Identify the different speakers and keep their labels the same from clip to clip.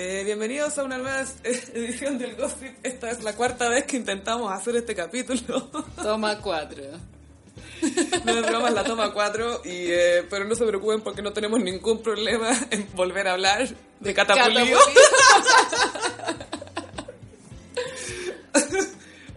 Speaker 1: Eh, bienvenidos a una nueva edición del Gossip. Esta es la cuarta vez que intentamos hacer este capítulo.
Speaker 2: Toma cuatro.
Speaker 1: No es broma, es la toma cuatro. Y, eh, pero no se preocupen porque no tenemos ningún problema en volver a hablar de catapulío.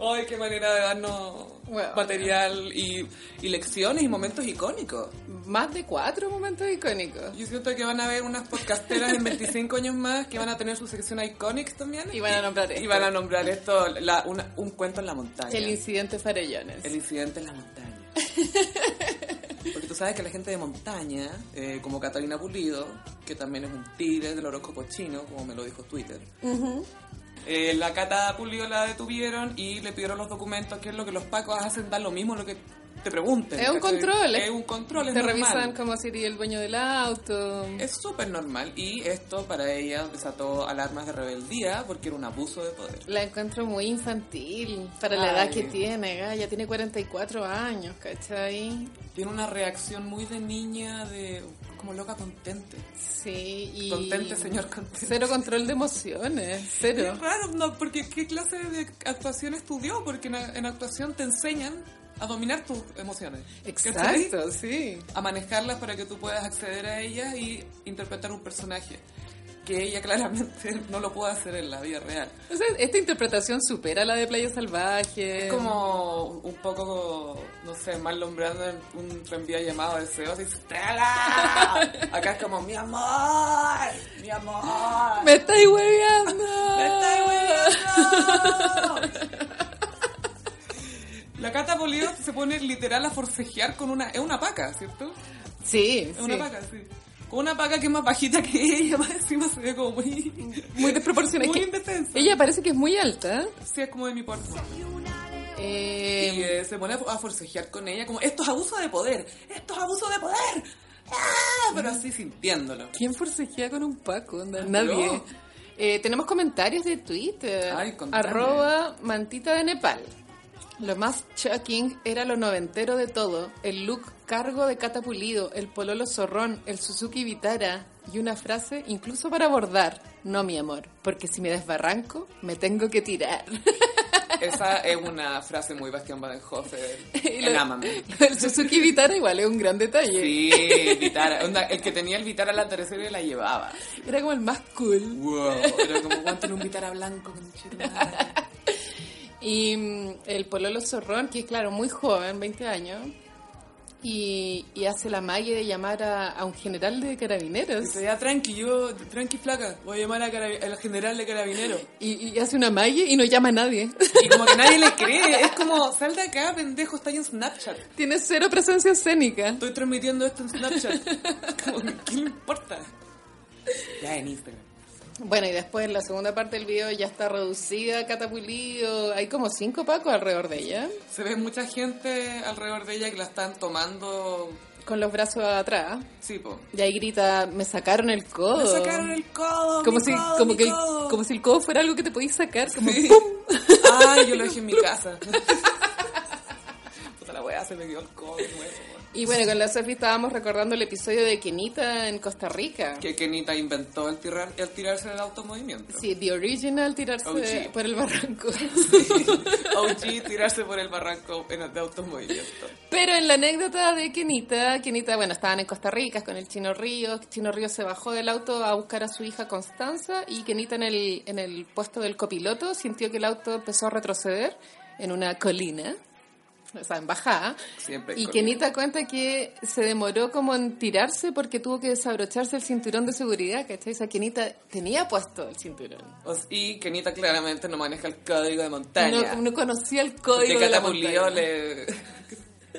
Speaker 1: Ay, qué manera de darnos
Speaker 2: Bueno.
Speaker 1: material y, y lecciones y momentos icónicos.
Speaker 2: Más de cuatro momentos icónicos.
Speaker 1: Yo siento que van a haber unas podcasteras en 25 años más que van a tener su sección Iconics también.
Speaker 2: Y van a nombrar
Speaker 1: Y
Speaker 2: esto.
Speaker 1: van a nombrar esto la- una- un cuento en la montaña.
Speaker 2: El incidente Farellones.
Speaker 1: Ah, El incidente en la montaña. Porque tú sabes que la gente de montaña, eh, como Catalina Pulido, que también es un tigre del horóscopo chino, como me lo dijo Twitter, eh, la Cata Pulido la detuvieron y le pidieron los documentos, que es lo que los pacos hacen, dan lo mismo lo que te pregunten.
Speaker 2: Es un
Speaker 1: ¿cachai?
Speaker 2: control,
Speaker 1: Es
Speaker 2: es-
Speaker 1: un control, es
Speaker 2: Te
Speaker 1: normal.
Speaker 2: revisan como si eres el dueño del auto.
Speaker 1: Es súper normal y esto para ella desató alarmas de rebeldía porque era un abuso de poder.
Speaker 2: La encuentro muy infantil para la
Speaker 1: Ay.
Speaker 2: edad que tiene, ya tiene 44 años, ¿cachai?
Speaker 1: Tiene una reacción muy de niña, de como loca contente.
Speaker 2: Sí, y...
Speaker 1: Contente, señor, contente.
Speaker 2: Cero control de emociones,
Speaker 1: Es
Speaker 2: cero.
Speaker 1: raro, no, porque ¿qué clase de actuación estudió? Porque en, en actuación te enseñan a dominar tus emociones. ¿cachai?
Speaker 2: Exacto, sí.
Speaker 1: A manejarlas para que tú puedas acceder a ellas y interpretar un personaje. Que ella claramente no lo puede hacer en la vida real.
Speaker 2: O sea, esta interpretación supera la de Playa Salvaje.
Speaker 1: Es como un poco, no sé, mal nombrando en un tranvía llamado Deseo, así, ¡Stella! Acá es como, mi amor, mi amor.
Speaker 2: ¡Me estáis hueveando!
Speaker 1: ¡Me estáis hueveando! La Cata Polio se pone literal a forcejear con una... Es una paca, ¿cierto?
Speaker 2: Sí,
Speaker 1: Es
Speaker 2: sí.
Speaker 1: una paca, sí. Con una paca que es más bajita que ella, más encima se ve como muy...
Speaker 2: Muy desproporcionada.
Speaker 1: Muy
Speaker 2: Es que
Speaker 1: indefensa.
Speaker 2: Ella parece que es muy alta.
Speaker 1: Sí, es como de mi porte.
Speaker 2: Eh,
Speaker 1: Y eh, se pone a forcejear con ella como, esto es abuso de poder, esto es abuso de poder. ¡Ah! Pero así sintiéndolo.
Speaker 2: ¿Quién forcejea con un Paco? Onda, Nadie.
Speaker 1: Yo.
Speaker 2: Eh, tenemos comentarios de Twitter.
Speaker 1: Ay, contame.
Speaker 2: Arroba mantita de Nepal. Lo más shocking era lo noventero de todo. El look cargo de Catapulido, el pololo zorrón, el Suzuki Vitara y una frase incluso para abordar. No, mi amor, porque si me desbarranco, me tengo que tirar.
Speaker 1: Esa es una frase muy Bastián Badenhofer
Speaker 2: Y
Speaker 1: en Amame.
Speaker 2: el Suzuki Vitara igual es un gran detalle.
Speaker 1: Sí, Vitara. Onda, el que tenía el Vitara la tercera y la llevaba.
Speaker 2: Era como el más cool.
Speaker 1: Wow. Era como, Juan tiene un Vitara blanco. conchetumare".
Speaker 2: Y mm, el Pololo Zorrón, que es claro, muy joven, 20 años, y, y hace la magia de llamar a, a un general de carabineros.
Speaker 1: Dice, ya tranqui, yo, tranqui flaca, voy a llamar a carabi- al general de carabinero.
Speaker 2: Y, y hace una magia y no llama a nadie.
Speaker 1: Y como que nadie le cree, es como, sal de acá, pendejo, está ahí en Snapchat.
Speaker 2: Tiene cero presencia escénica.
Speaker 1: Estoy transmitiendo esto en Snapchat. Como, ¿qué le importa? Ya en Instagram.
Speaker 2: Bueno, y después la segunda parte del video ya está reducida, catapulido. Hay como cinco pacos alrededor de ella,
Speaker 1: Se ve mucha gente alrededor de ella que la están tomando.
Speaker 2: con los brazos atrás.
Speaker 1: Sí, po.
Speaker 2: Y ahí grita, me sacaron el codo.
Speaker 1: Me sacaron el codo.
Speaker 2: como
Speaker 1: mi
Speaker 2: si,
Speaker 1: codo,
Speaker 2: como
Speaker 1: mi
Speaker 2: que, el-
Speaker 1: codo.
Speaker 2: como si el codo fuera algo que te podías sacar, como
Speaker 1: Sí.
Speaker 2: ¡pum!
Speaker 1: Ay, yo lo dejé en mi casa. Puta la weá, se me quedó el codo de nuevo, weón.
Speaker 2: Y bueno, con la Sofi estábamos recordando el episodio de Kenita en Costa Rica.
Speaker 1: Que Kenita inventó el, tirar, el tirarse del automovimiento.
Speaker 2: Sí, The Original tirarse
Speaker 1: OG.
Speaker 2: por el barranco.
Speaker 1: OG tirarse por el barranco en, de automovimiento.
Speaker 2: Pero en la anécdota de Kenita, Kenita, bueno, estaban en Costa Rica con el Chino Ríos. Chino Ríos se bajó del auto a buscar a su hija Constanza y Kenita en el, en el puesto del copiloto sintió que el auto empezó a retroceder en una colina. O sea, en bajada.
Speaker 1: Siempre
Speaker 2: y
Speaker 1: colina.
Speaker 2: Kenita cuenta que se demoró como en tirarse porque tuvo que desabrocharse el cinturón de seguridad, ¿cachai? O sea, Kenita tenía puesto el cinturón.
Speaker 1: O s- Y Kenita claramente no maneja el código de montaña.
Speaker 2: No, no conocía el
Speaker 1: Porque
Speaker 2: código de la
Speaker 1: Catapulido
Speaker 2: montaña.
Speaker 1: le...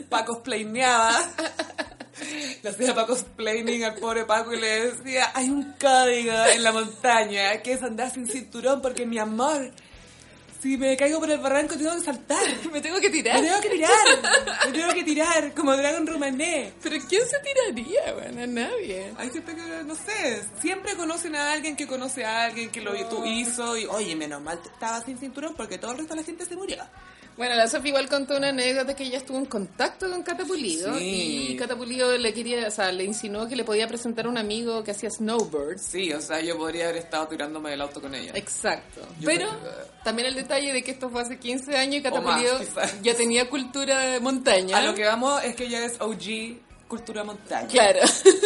Speaker 1: Paco planeaba Le hacía Paco explaining al pobre Paco y le decía, hay un código en la montaña que es andar sin cinturón porque mi amor, si me caigo por el barranco tengo que saltar.
Speaker 2: Me tengo que
Speaker 1: Me
Speaker 2: tirar.
Speaker 1: tengo que tirar, me tengo que tirar, como Dragon Rumané.
Speaker 2: Pero ¿quién se tiraría, bueno? Nadie.
Speaker 1: Hay gente que, no sé, siempre conocen a alguien que conoce a alguien que lo tú hizo y, oye, menos mal te- estaba sin cinturón porque todo el resto de la gente se murió.
Speaker 2: Bueno, la Sofi igual contó una anécdota que ella estuvo en contacto con Catapulido
Speaker 1: Sí.
Speaker 2: y Catapulido le quería, o sea, le insinuó que le podía presentar a un amigo que hacía snowboards.
Speaker 1: Sí, o sea, yo podría haber estado tirándome del auto con ella.
Speaker 2: Exacto.
Speaker 1: Yo
Speaker 2: Pero
Speaker 1: creo
Speaker 2: también el detalle de que esto fue hace 15 años y
Speaker 1: O más,
Speaker 2: Catapulido
Speaker 1: quizás.
Speaker 2: ya tenía cultura de montaña.
Speaker 1: A lo que vamos es que ella es OG cultura montaña.
Speaker 2: Claro.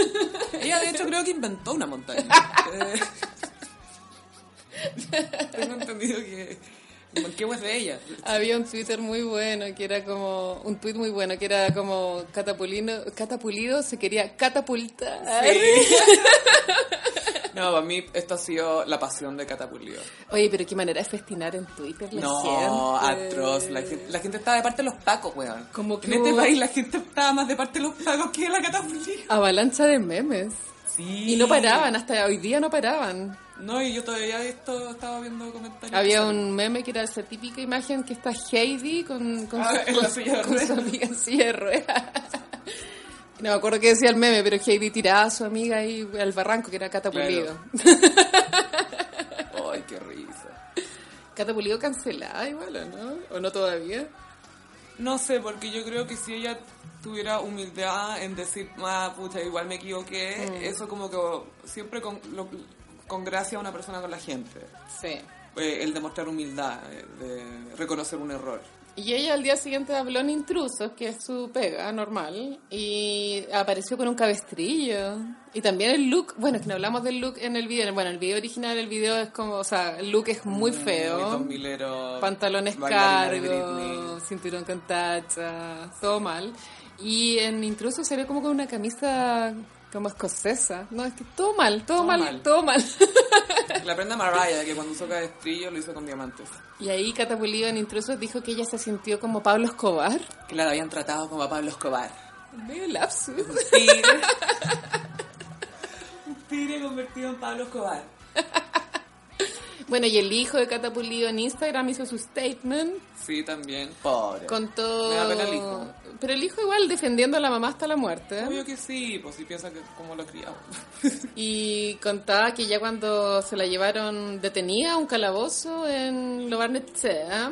Speaker 1: Ella de hecho creo que inventó una montaña. Eh, Tengo entendido que Manquehue es de ella.
Speaker 2: Había un Twitter muy bueno que era como un tweet muy bueno que era como Catapulino, Catapulido se quería catapultar.
Speaker 1: No, para mí esto ha sido la pasión de Catapulido.
Speaker 2: Oye, pero qué manera de festinar en Twitter la
Speaker 1: No,
Speaker 2: gente.
Speaker 1: atroz. La gente, la gente estaba de parte de los pacos, weón.
Speaker 2: Como que
Speaker 1: en este
Speaker 2: hubo-
Speaker 1: país la gente estaba más de parte de los pacos que de la Catapulido.
Speaker 2: Avalancha de memes.
Speaker 1: Sí.
Speaker 2: Y no paraban, hasta hoy día no paraban.
Speaker 1: No, y yo todavía esto estaba viendo comentarios.
Speaker 2: Había un meme que era esa típica imagen que está Heidi con, con,
Speaker 1: Ah,
Speaker 2: su,
Speaker 1: en la
Speaker 2: con-
Speaker 1: silla de
Speaker 2: con su
Speaker 1: ruedas.
Speaker 2: amiga en silla de ruedas. No me acuerdo qué decía el meme, pero Heidi tiraba a su amiga ahí al barranco, que era Catapulido.
Speaker 1: Ay, qué risa.
Speaker 2: Catapulido cancelada igual, ¿o no? ¿O no todavía?
Speaker 1: No sé, porque yo creo que si ella tuviera humildad en decir, ah, pucha, igual me equivoqué, eso como que siempre con, lo- con gracia a una persona con la gente.
Speaker 2: Sí.
Speaker 1: Eh, el demostrar humildad, eh, de reconocer un error.
Speaker 2: Y ella al día siguiente habló en Intrusos, que es su pega normal, y apareció con un cabestrillo. Y también el look, bueno, es que no hablamos del look en el video, bueno, el video original, el video es como, o sea, el look es muy
Speaker 1: Mm, Muy
Speaker 2: feo.
Speaker 1: dos-milero,
Speaker 2: Pantalones
Speaker 1: bailarina de Britney.
Speaker 2: cargos, cinturón con tacha, todo mal. Y en Intrusos se ve como con una camisa como escocesa. No, es que todo mal, todo,
Speaker 1: Todo
Speaker 2: mal,
Speaker 1: mal.
Speaker 2: todo mal.
Speaker 1: La prenda Mariah, que cuando usó cabestrillo lo hizo con diamantes.
Speaker 2: Y ahí Catapulido en Intrusos dijo que ella se sintió como Pablo Escobar.
Speaker 1: Que la habían tratado como a Pablo Escobar.
Speaker 2: Medio lapsus.
Speaker 1: Un tigre. un tigre convertido en Pablo Escobar.
Speaker 2: Bueno, y el hijo de Catapulido en Instagram hizo su statement.
Speaker 1: Sí, también. Pobre.
Speaker 2: Contó.
Speaker 1: Me da pena el hijo.
Speaker 2: Pero el hijo igual defendiendo a la mamá hasta la muerte.
Speaker 1: Obvio que sí, pues si piensa que como lo criamos.
Speaker 2: Y contaba que ya cuando se la llevaron detenida a un calabozo en Lobarnetsea,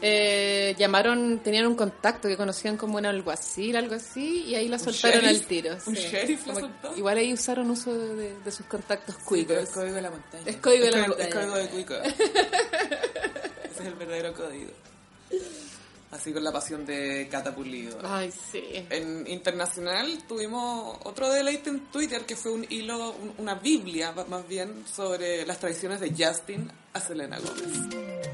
Speaker 2: eh, llamaron, tenían un contacto que conocían como un alguacil, algo así, y ahí la soltaron
Speaker 1: sheriff?
Speaker 2: al tiro.
Speaker 1: ¿Un sheriff la
Speaker 2: Como-
Speaker 1: soltó?
Speaker 2: Igual ahí usaron uso de, de- de sus contactos
Speaker 1: Cuico,
Speaker 2: cuicos.
Speaker 1: es código de la montaña.
Speaker 2: Es código de la montaña.
Speaker 1: Es código de Cuico. Ese es el verdadero código. Así con la pasión de Catapulido.
Speaker 2: Ay, sí.
Speaker 1: En internacional tuvimos otro deleite en Twitter que fue un hilo, un- una biblia va- más bien, sobre las tradiciones de Justin a Selena Gómez.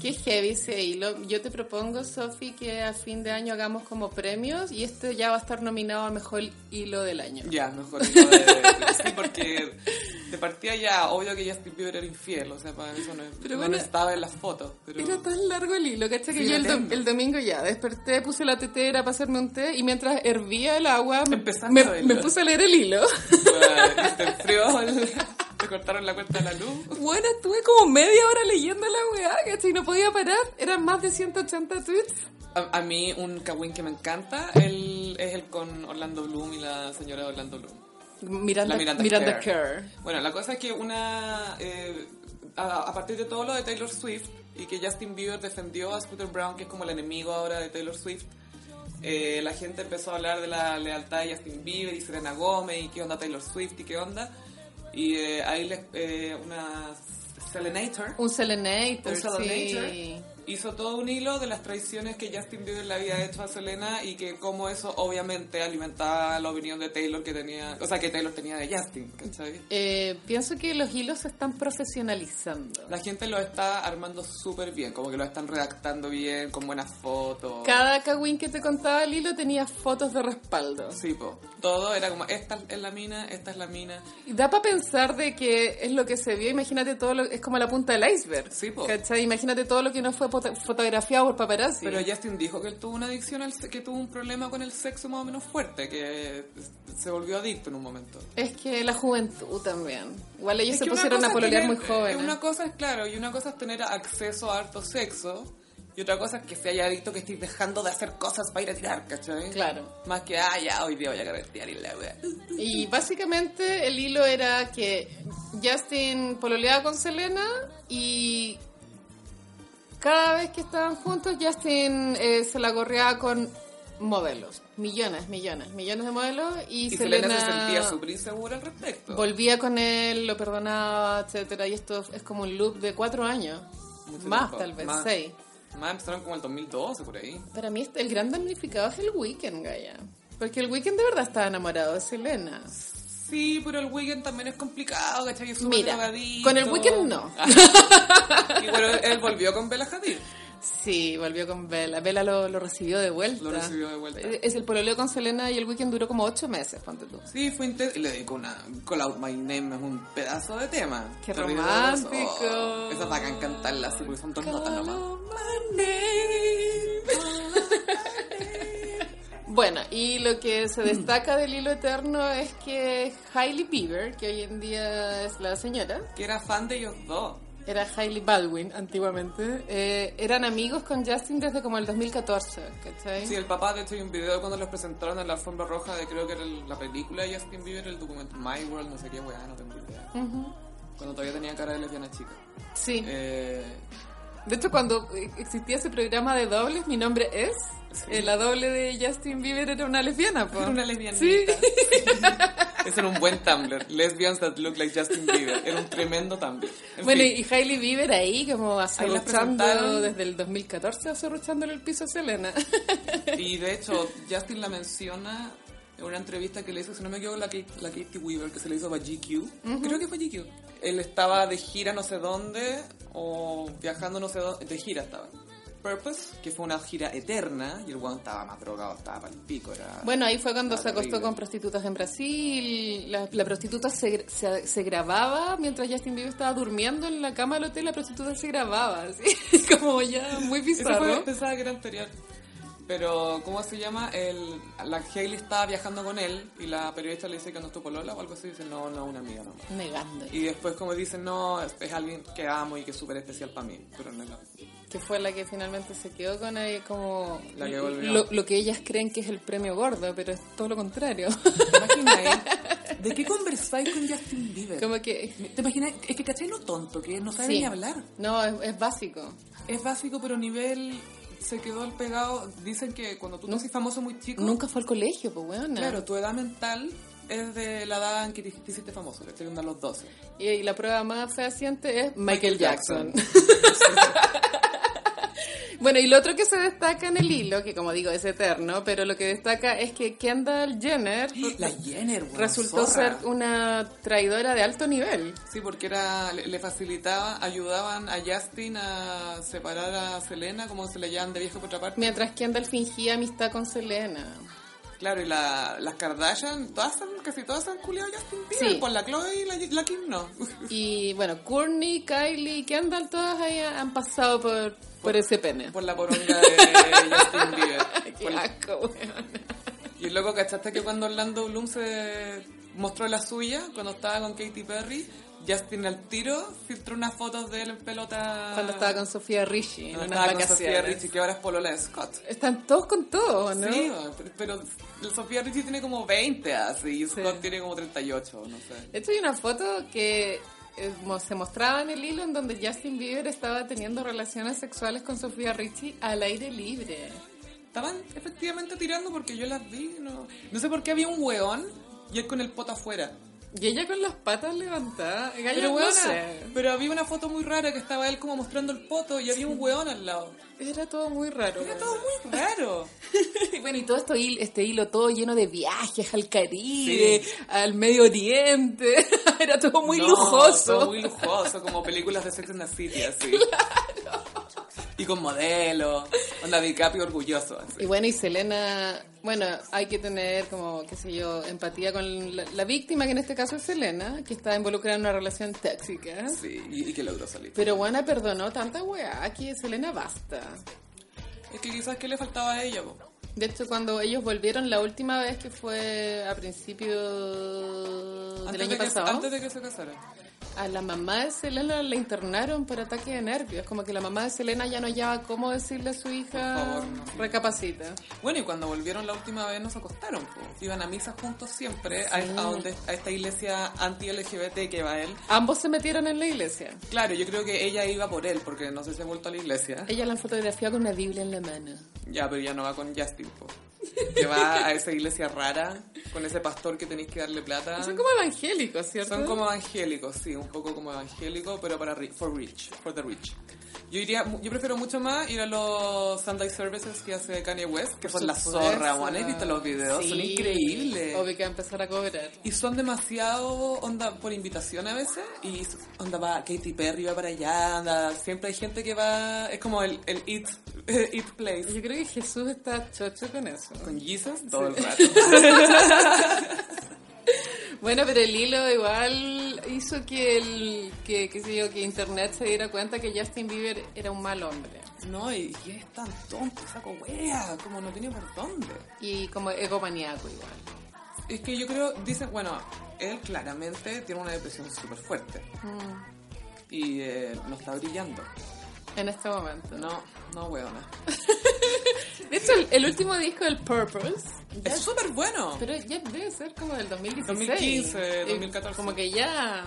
Speaker 2: Qué heavy ese hilo. Yo te propongo, Sofi, que a fin de año hagamos como premios y este ya va a estar nominado a mejor hilo del año.
Speaker 1: Ya, mejor hilo de, sí, porque de partida ya, obvio que Justin Bieber era infiel, o sea, para eso no,
Speaker 2: Pero
Speaker 1: no
Speaker 2: bueno,
Speaker 1: estaba en las fotos. Pero...
Speaker 2: Era tan largo el hilo, ¿cachai? Que
Speaker 1: Sí,
Speaker 2: yo
Speaker 1: lo
Speaker 2: el, dom-
Speaker 1: tengo.
Speaker 2: el domingo ya desperté, puse la tetera para hacerme un té y mientras hervía el agua me,
Speaker 1: Empezaste
Speaker 2: me-
Speaker 1: a verlo.
Speaker 2: me puse a leer el hilo.
Speaker 1: Bueno, y te enfrió el- te cortaron la cuenta de la luz.
Speaker 2: Bueno, estuve como media hora leyendo la weá, ¿cachai? No podía parar. Eran más de 180 tweets.
Speaker 1: A, a mí un kawin que me encanta el- es el con Orlando Bloom y la señora Orlando Bloom.
Speaker 2: Miranda,
Speaker 1: La Miranda
Speaker 2: Miranda,
Speaker 1: Kerr.
Speaker 2: Kerr.
Speaker 1: Bueno, la cosa es que una... eh, a, a partir de todo lo de Taylor Swift y que Justin Bieber defendió a Scooter Brown, que es como el enemigo ahora de Taylor Swift, eh, la gente empezó a hablar de la lealtad de Justin Bieber y Serena Gómez y qué onda Taylor Swift y qué onda. Y eh, ahí les, eh, una Selenator...
Speaker 2: Un Selenator,
Speaker 1: Un Selenator
Speaker 2: sí.
Speaker 1: hizo todo un hilo de las traiciones que Justin Bieber le había hecho a Selena y que como eso obviamente alimentaba la opinión de Taylor que tenía, o sea, que Taylor tenía de Justin, ¿cachai?
Speaker 2: Eh, pienso que los hilos se están profesionalizando.
Speaker 1: La gente lo está armando súper bien, como que lo están redactando bien, con buenas fotos.
Speaker 2: Cada cagüín que te contaba el hilo tenía fotos de respaldo.
Speaker 1: Sí, po. Todo era como, esta es la mina, esta es la mina.
Speaker 2: Y da para pensar de que es lo que se vio, imagínate todo lo, es como la punta del iceberg.
Speaker 1: Sí, po.
Speaker 2: ¿Cachai? Imagínate todo lo que no fue foto- fotografiado por paparazzi.
Speaker 1: Pero Justin dijo que él tuvo una adicción, al se- que tuvo un problema con el sexo más o menos fuerte, que se volvió adicto en un momento.
Speaker 2: Es que la juventud también. Igual ellos
Speaker 1: Es
Speaker 2: se
Speaker 1: que una
Speaker 2: pusieron
Speaker 1: cosa
Speaker 2: a
Speaker 1: es
Speaker 2: pololear
Speaker 1: tener-
Speaker 2: muy jóvenes.
Speaker 1: eh, Una cosa es, claro, y una cosa es tener acceso a harto sexo, y otra cosa es que se haya adicto que estés dejando de hacer cosas para ir a tirar, ¿cachai?
Speaker 2: Claro.
Speaker 1: Más que, ah, ya, hoy día voy a carretear y la wea.
Speaker 2: Y básicamente el hilo era que Justin pololeaba con Selena y cada vez que estaban juntos Justin eh, se la gorreaba con modelos, millones, millones, millones de modelos y,
Speaker 1: Y Selena, se sentía súper insegura al respecto.
Speaker 2: volvía con él, lo perdonaba, etcétera Y esto es como un loop de cuatro años,
Speaker 1: Mucho
Speaker 2: más
Speaker 1: tiempo.
Speaker 2: tal vez,
Speaker 1: Más.
Speaker 2: seis.
Speaker 1: Más empezaron como el 2012, por ahí.
Speaker 2: Para mí este, el gran damnificado es el Weekend, Gaya. Porque el Weekend de verdad estaba enamorado de Selena.
Speaker 1: Sí, pero el weekend también es complicado, ¿cachai? Es súper
Speaker 2: Mira,
Speaker 1: drogadicto. Ah,
Speaker 2: con el Weekend no.
Speaker 1: Y bueno, él volvió con Bella Hadid.
Speaker 2: Sí, volvió con Vela. Vela lo, lo recibió de vuelta.
Speaker 1: Lo recibió de vuelta.
Speaker 2: Es el pololeo con Selena y el weekend duró como ocho meses, ponte tú.
Speaker 1: Sí, fue intenso. Y le dedicó una. Call Out My Name es un pedazo de tema.
Speaker 2: ¡Qué
Speaker 1: Terrible.
Speaker 2: romántico!
Speaker 1: Oh, Esas bacán cantarla así porque son dos notas nomás.
Speaker 2: Bueno, y lo que se destaca del hilo eterno es que Hailey Bieber, que hoy en día es la señora,
Speaker 1: Que era fan de ellos dos.
Speaker 2: era Hailey Baldwin antiguamente, eh, eran amigos con Justin desde como el 2014, ¿cachai?
Speaker 1: Sí, el papá, de hecho, hay un video cuando los presentaron en la alfombra roja de creo que era el- la película de Justin Bieber, el documento My World, no sé qué weá, no tengo idea. Cuando todavía tenía cara de lesbiana chica.
Speaker 2: Sí.
Speaker 1: Eh,
Speaker 2: De hecho, cuando eh, existía ese programa de dobles, mi nombre es. eh, la doble de Justin Bieber era una lesbiana, po.
Speaker 1: Era una lesbianita.
Speaker 2: Sí.
Speaker 1: Eso era un buen Tumblr. Lesbians that look like Justin Bieber. Era un tremendo Tumblr. En
Speaker 2: Bueno,
Speaker 1: fin.
Speaker 2: y Hailey Bieber ahí, como
Speaker 1: presentaron.
Speaker 2: azorrochando desde el 2014, azorrochándole el piso a Selena.
Speaker 1: Y de hecho, Justin la menciona en una entrevista que le hizo, si no me equivoco, la, Kate- la Katie Weaver, que se le hizo para GQ. Creo que fue GQ. Él estaba de gira no sé dónde, o viajando no sé dónde, de gira estaba. Purpose, que fue una gira eterna, y el weón estaba más drogado, estaba para el pico. Era...
Speaker 2: Bueno, ahí fue cuando
Speaker 1: Ah,
Speaker 2: se acostó
Speaker 1: terrible.
Speaker 2: con prostitutas en Brasil. La, la prostituta se, se- se grababa mientras Justin Bieber estaba durmiendo en la cama del hotel. La prostituta se grababa, así. Como ya muy
Speaker 1: Eso
Speaker 2: bizarro.
Speaker 1: fue, pensaba que era anterior. Pero, ¿cómo se llama? El, la Hailey estaba viajando con él y la periodista le dice que no es tu polola o algo así. Dice, no, no, una amiga nomás.
Speaker 2: Negando.
Speaker 1: Y después, como dice, no, es, es alguien que amo y que es súper especial para mí. Pero no es la
Speaker 2: que fue la que finalmente se quedó con ahí como
Speaker 1: La que volvió.
Speaker 2: lo, lo que ellas creen que es el premio gordo, pero es todo lo contrario.
Speaker 1: ¿Te imagináis? ¿De qué conversáis con Justin Bieber?
Speaker 2: como que
Speaker 1: ¿Te imaginas? Es que cachai lo tonto, que no sabe
Speaker 2: sí.
Speaker 1: ni hablar.
Speaker 2: No, es, es básico.
Speaker 1: Es básico, pero nivel se quedó el pegado. Dicen que cuando tú no eres famoso muy chico,
Speaker 2: Nunca fue al colegio, pues weona.
Speaker 1: claro, tu edad mental es de la edad en que te te hiciste famoso, que te a los 12.
Speaker 2: Y, y la prueba más fehaciente es Michael Jackson. bueno, y lo otro que se destaca en el hilo, que como digo es eterno, pero lo que destaca es que Kendall Jenner
Speaker 1: La Jenner, weón,
Speaker 2: resultó
Speaker 1: zorra.
Speaker 2: ser una traidora de alto nivel.
Speaker 1: Sí, porque era, le, le facilitaba, ayudaban a Justin a separar a Selena, como se le llaman de viejo por otra parte.
Speaker 2: Mientras Kendall fingía amistad con Selena.
Speaker 1: Claro, y la, las Kardashian, todas han- casi todas han culiado a Justin Bieber,
Speaker 2: Sí.
Speaker 1: por la Chloe y la, la Kim no.
Speaker 2: Y bueno, Courtney, Kylie y Kendall, todas ahí han pasado por, por ese pene.
Speaker 1: por la poronga de Justin Bieber.
Speaker 2: Qué
Speaker 1: Por Ah. la-
Speaker 2: asco, weón.
Speaker 1: y luego, ¿cachaste que cuando Orlando Bloom se mostró la suya, cuando estaba con Katy Perry, Justin al tiro filtró unas fotos de él en pelota.
Speaker 2: Cuando estaba con Sofía Richie en
Speaker 1: Cuando
Speaker 2: unas
Speaker 1: estaba con Sofía
Speaker 2: vacaciones.
Speaker 1: Richie, que ahora es polola de Scott.
Speaker 2: Están todos con todo, ¿no?
Speaker 1: Sí, pero Sofía Richie tiene como 20 así, y Scott tiene como 38, no sé.
Speaker 2: De hecho, hay una foto que eh, mo- se mostraba en el hilo en donde Justin Bieber estaba teniendo relaciones sexuales con Sofía Richie al aire libre.
Speaker 1: Estaban efectivamente tirando porque yo las vi, no, no sé por qué había un weón y él con el poto afuera.
Speaker 2: Y ella con las patas levantadas. Gallo,
Speaker 1: Pero,
Speaker 2: weona,
Speaker 1: weona, pero había una foto muy rara que estaba él como mostrando el poto y había un weón al lado.
Speaker 2: Era todo muy raro.
Speaker 1: Era
Speaker 2: weona.
Speaker 1: todo muy raro.
Speaker 2: Y bueno, y todo esto, hil- este hilo todo lleno de viajes al Caribe, al Medio Oriente. Era todo muy
Speaker 1: No,
Speaker 2: lujoso.
Speaker 1: todo Muy lujoso, como películas de Sex and the City, así. Y con modelos. Onda DiCaprio orgulloso. así.
Speaker 2: Y bueno, y Selena, bueno, hay que tener como, qué sé yo, empatía con la, la víctima, que en este caso es Selena, que está involucrada en una relación tóxica.
Speaker 1: Sí, y, y que logró salir.
Speaker 2: Pero Juana perdonó tanta weá que Selena basta.
Speaker 1: Es que quizás que le faltaba a ella, po?
Speaker 2: De hecho, cuando ellos volvieron la última vez, que fue a principio del
Speaker 1: Antes, de
Speaker 2: año
Speaker 1: que,
Speaker 2: pasado,
Speaker 1: antes de que se casara.
Speaker 2: a la mamá de Selena la internaron por ataque de nervios. Como que la mamá de Selena ya no hallaba cómo decirle a su hija,
Speaker 1: Por favor, no.
Speaker 2: recapacita.
Speaker 1: Bueno, y cuando volvieron la última vez nos acostaron, po. Iban a misa juntos siempre a, a donde, a esta iglesia anti-LGBT que va él.
Speaker 2: Ambos se metieron en la iglesia.
Speaker 1: Claro, yo creo que ella iba por él, porque no sé si ha vuelto a la iglesia.
Speaker 2: Ella la fotografía con una Biblia en la mano.
Speaker 1: Ya, pero ya no va con Justin, po. Que va a esa iglesia rara, con ese pastor que tenéis que darle plata.
Speaker 2: Ah. Son como evangélicos, ¿cierto?
Speaker 1: Son como evangélicos, sí, un poco como evangélicos, pero para ri- for rich, for the rich. Yo iría, yo prefiero mucho más ir a los Sunday services que hace Kanye West, que son la zorra, Juan, ¿has visto los videos? Son
Speaker 2: Sí.
Speaker 1: increíbles.
Speaker 2: Obvio que va a empezar a cobrar.
Speaker 1: Y son demasiado onda por invitación a veces. Y onda va Katy Perry, va para allá, anda. Siempre hay gente que va. Es como el, el It, it Place.
Speaker 2: Yo creo que Jesús está chocho con eso.
Speaker 1: Con Jesus todo el rato.
Speaker 2: Bueno, pero el hilo igual hizo que el que, qué sé yo, que internet se diera cuenta que Justin Bieber era un mal hombre.
Speaker 1: No, y, y es tan tonto, saco wea, como no tiene por dónde.
Speaker 2: Y como egomaniaco igual.
Speaker 1: Es que yo creo, dicen, bueno, él claramente tiene una depresión súper fuerte.
Speaker 2: Mm.
Speaker 1: Y eh, no está brillando.
Speaker 2: En este momento.
Speaker 1: No, no, weona.
Speaker 2: De hecho, el, el último disco del Purpose. ya-
Speaker 1: Es súper bueno.
Speaker 2: pero ya debe ser como del 2016.
Speaker 1: 2015,
Speaker 2: Eh,
Speaker 1: 2014.
Speaker 2: Como que ya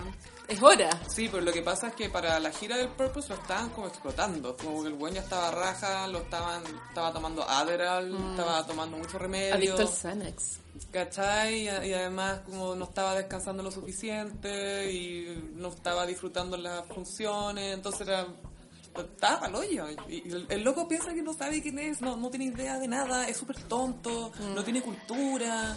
Speaker 2: es hora.
Speaker 1: Sí, pero lo que pasa es que para la gira del Purpose lo estaban como explotando. Como que el buen ya estaba raja, lo estaban, estaba tomando Adderall, estaba tomando mucho remedio.
Speaker 2: Mm. Adicto al Xanax.
Speaker 1: ¿Cachai? Y, a- y además como no estaba descansando lo suficiente y no estaba disfrutando las funciones, entonces era... Estaba al hoyo. Y y el, el loco piensa que no sabe quién es, no, no tiene idea de nada, es súper tonto,
Speaker 2: Mm.
Speaker 1: no tiene cultura,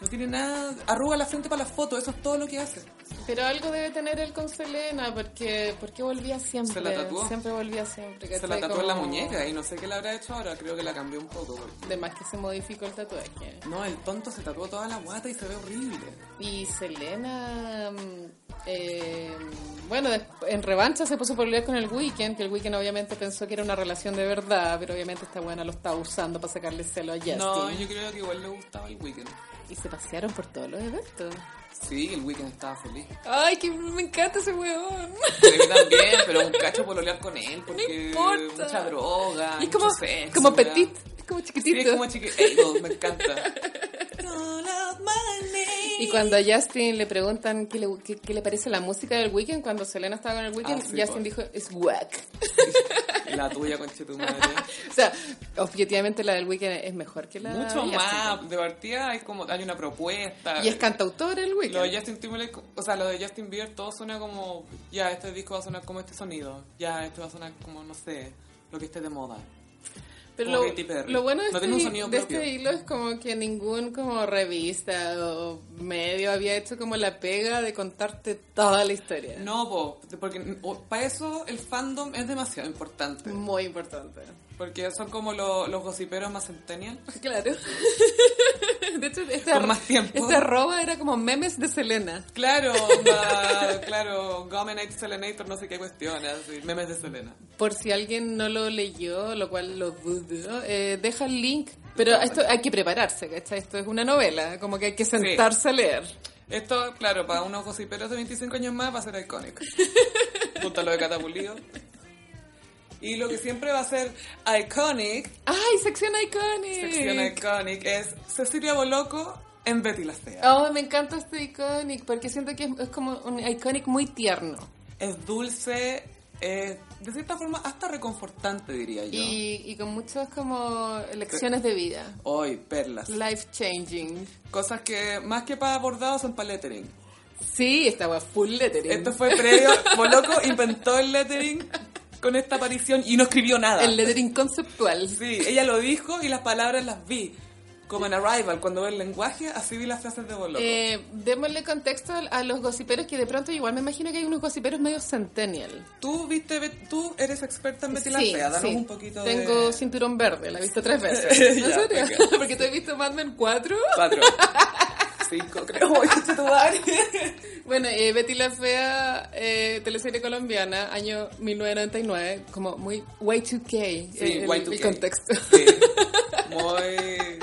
Speaker 1: no tiene nada. Arruga la frente para la foto, eso es todo lo que hace.
Speaker 2: Pero algo debe tener él con Selena, porque, porque volvía siempre.
Speaker 1: Se la tatuó.
Speaker 2: Siempre volvía siempre.
Speaker 1: Se la
Speaker 2: ¿cachai?
Speaker 1: tatuó en la
Speaker 2: Como-
Speaker 1: muñeca y no sé qué le habrá hecho ahora, creo que la cambió un poco. porque-
Speaker 2: De más que se modificó el tatuaje.
Speaker 1: No, el tonto se tatuó toda la guata y se ve horrible.
Speaker 2: Y Selena, mm, eh, bueno, des- en revancha se puso por pelear con el Weekend, que el Weekend obviamente pensó que era una relación de verdad, pero obviamente esta buena lo estaba usando para sacarle celo a Justin.
Speaker 1: No, yo creo que igual le gustaba el weekend.
Speaker 2: Y se pasearon por todos los eventos.
Speaker 1: Sí, el weekend estaba feliz.
Speaker 2: Ay, que me encanta ese weón.
Speaker 1: A mí también, pero un cacho pololear con él porque
Speaker 2: importa.
Speaker 1: mucha droga,
Speaker 2: Y es como,
Speaker 1: mucho sexo,
Speaker 2: como
Speaker 1: ¿verdad?
Speaker 2: petit, es como
Speaker 1: Sí,
Speaker 2: chiquitito.
Speaker 1: es como chiquito, me encanta.
Speaker 2: Y cuando a Justin le preguntan qué le, qué- qué le parece la música del Weekend, cuando Selena estaba con el Weekend,
Speaker 1: Ah, sí,
Speaker 2: Justin
Speaker 1: pues.
Speaker 2: dijo, es whack.
Speaker 1: La tuya, conche tu madre.
Speaker 2: o sea, objetivamente la del Weekend es mejor que la de
Speaker 1: Mucho
Speaker 2: Justin.
Speaker 1: más, de partida hay como, hay una propuesta.
Speaker 2: Y es cantautor el
Speaker 1: Lo de
Speaker 2: Weeknd.
Speaker 1: Justin Timberlake, o sea, lo de Justin Bieber todo suena como, ya, este disco va a sonar como este sonido, ya, este va a sonar como, no sé, lo que esté de moda.
Speaker 2: Pero
Speaker 1: como
Speaker 2: lo,
Speaker 1: Katy Perry.
Speaker 2: lo bueno de,
Speaker 1: No
Speaker 2: este,
Speaker 1: tiene un sonido
Speaker 2: de este
Speaker 1: propio.
Speaker 2: hilo es como que ningún como revista o medio había hecho como la pega de contarte toda la historia.
Speaker 1: No, po, porque para eso el fandom es demasiado importante.
Speaker 2: Muy importante.
Speaker 1: Porque son como lo- los gossiperos más centennial.
Speaker 2: Claro. De hecho, este,
Speaker 1: Con
Speaker 2: ar-
Speaker 1: más tiempo.
Speaker 2: este arroba era como memes de Selena.
Speaker 1: Claro, onda, claro, Gomenate, Selenator, no sé qué cuestiones, así, memes de Selena.
Speaker 2: Por si alguien no lo leyó, lo cual lo dudo, eh, deja el link. Pero esto hay que prepararse, ¿cachai? Esto es una novela, como que hay que sentarse a leer.
Speaker 1: Esto, claro, para unos gossiperos de 25 años más va a ser icónico. Junto a lo de Catapulido. Y lo que siempre va a ser iconic,
Speaker 2: ¡Ay, sección iconic!
Speaker 1: sección iconic, es Cecilia Boloco en Betty la Fea.
Speaker 2: Oh, me encanta este iconic porque siento que es, es como un iconic muy tierno.
Speaker 1: Es dulce, es de cierta forma hasta reconfortante, diría yo.
Speaker 2: Y, y con muchas como lecciones de vida.
Speaker 1: Hoy, perlas.
Speaker 2: Life changing.
Speaker 1: Cosas que más que para abordado son para lettering.
Speaker 2: Sí, estaba full lettering.
Speaker 1: Esto fue previo. Boloco inventó el lettering con esta aparición y no escribió nada.
Speaker 2: El lettering conceptual.
Speaker 1: Sí, ella lo dijo y las palabras las vi. Como en Arrival, cuando ve el lenguaje, así vi las frases de Boloco.
Speaker 2: Eh, démosle contexto a los gossiperos que de pronto igual me imagino que hay unos gossiperos medio centennial.
Speaker 1: Tú viste, Bet- tú eres experta en Betty la Fea, danos un poquito
Speaker 2: Tengo
Speaker 1: de...
Speaker 2: cinturón verde, la he visto tres veces. ¿En
Speaker 1: Ya,
Speaker 2: serio?
Speaker 1: ok.
Speaker 2: Porque te he visto Mad Men 4.
Speaker 1: Cuatro. Cinco, creo. Oye, tu madre.
Speaker 2: Bueno, eh, Betty la Fea, eh, teleserie colombiana, año 1999, como muy Y2K, eh, el,
Speaker 1: Y2K.
Speaker 2: el contexto.
Speaker 1: Sí, muy...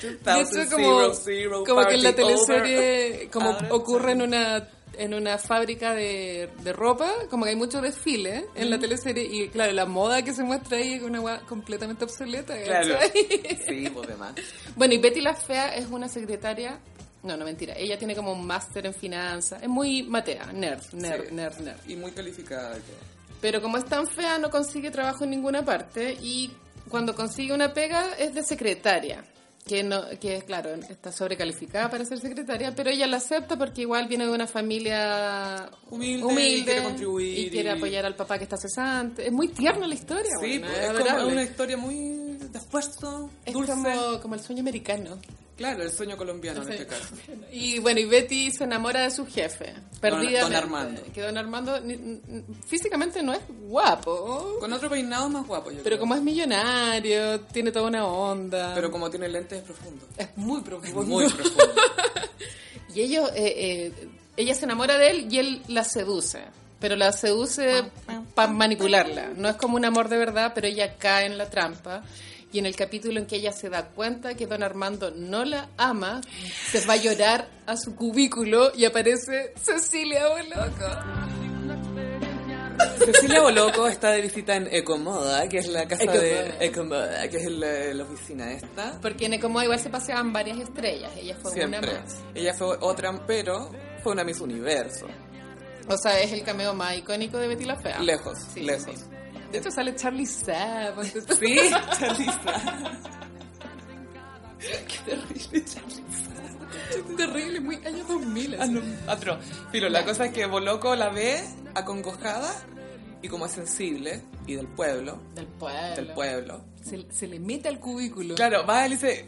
Speaker 2: De hecho, como,
Speaker 1: 2000,
Speaker 2: como que en la
Speaker 1: party over. Ah,
Speaker 2: teleserie como
Speaker 1: Ahora
Speaker 2: ocurre en una en una fábrica de, de ropa, como que hay mucho desfile en la teleserie y claro, la moda que se muestra ahí es una weá completamente obsoleta.
Speaker 1: Claro.
Speaker 2: ¿cachai?
Speaker 1: Sí, pues demás.
Speaker 2: Bueno, y Betty la Fea es una secretaria. No, no, mentira. Ella tiene como un máster en finanzas. Es muy matea, nerd, nerd,
Speaker 1: Sí.
Speaker 2: nerd, nerd.
Speaker 1: Y muy calificada y todo.
Speaker 2: Pero como es tan fea, no consigue trabajo en ninguna parte y cuando consigue una pega es de secretaria. Que, no, que claro, está sobrecalificada para ser secretaria, pero ella la acepta porque igual viene de una familia
Speaker 1: Humilde,
Speaker 2: humilde
Speaker 1: y quiere contribuir
Speaker 2: y quiere
Speaker 1: y-
Speaker 2: apoyar al papá que está cesante. Es muy tierna la historia.
Speaker 1: Sí,
Speaker 2: bueno,
Speaker 1: pues,
Speaker 2: es
Speaker 1: es como
Speaker 2: adorable.
Speaker 1: una historia muy de esfuerzo,
Speaker 2: Es
Speaker 1: dulce.
Speaker 2: como- como el sueño americano.
Speaker 1: Claro, el sueño colombiano en
Speaker 2: Sí.
Speaker 1: este caso.
Speaker 2: Y bueno, y Betty se enamora de su jefe, perdida.
Speaker 1: don Armando.
Speaker 2: Que don Armando ni- n- físicamente no es guapo,
Speaker 1: Con otro peinado más guapo, yo
Speaker 2: pero
Speaker 1: creo.
Speaker 2: como es millonario, tiene toda una onda.
Speaker 1: Pero como tiene lentes es profundo.
Speaker 2: es muy
Speaker 1: Es
Speaker 2: profundo.
Speaker 1: muy profundo.
Speaker 2: Y ellos, eh, eh, ella se enamora de él y él la seduce. Pero la seduce
Speaker 1: Ah,
Speaker 2: para manipularla. No es como un amor de verdad, pero ella cae en la trampa. Y en el capítulo en que ella se da cuenta que don Armando no la ama, se va a llorar a su cubículo y aparece Cecilia oh, Boloco.
Speaker 1: Cecilia Boloco está de visita en Ecomoda, que es la casa
Speaker 2: Ecomoda.
Speaker 1: de Ecomoda, que es la, la oficina esta.
Speaker 2: Porque en Ecomoda igual se paseaban varias estrellas. Ella fue una
Speaker 1: Siempre.
Speaker 2: más.
Speaker 1: Ella fue otra, pero fue una Miss Universo.
Speaker 2: O sea, es el cameo más icónico de Betty la Fea.
Speaker 1: Lejos,
Speaker 2: Sí,
Speaker 1: lejos.
Speaker 2: sí. De hecho sale Charlie Sapp.
Speaker 1: Sí, Charliza. Qué terrible, Charliza.
Speaker 2: Terrible, muy años 2000.
Speaker 1: Ah,
Speaker 2: así.
Speaker 1: no, atro. Filo, la cosa es que Boloco la ve acongojada y como es sensible y del pueblo,
Speaker 2: Del pueblo.
Speaker 1: del pueblo.
Speaker 2: Se, se le mete al cubículo.
Speaker 1: Claro, va él y dice,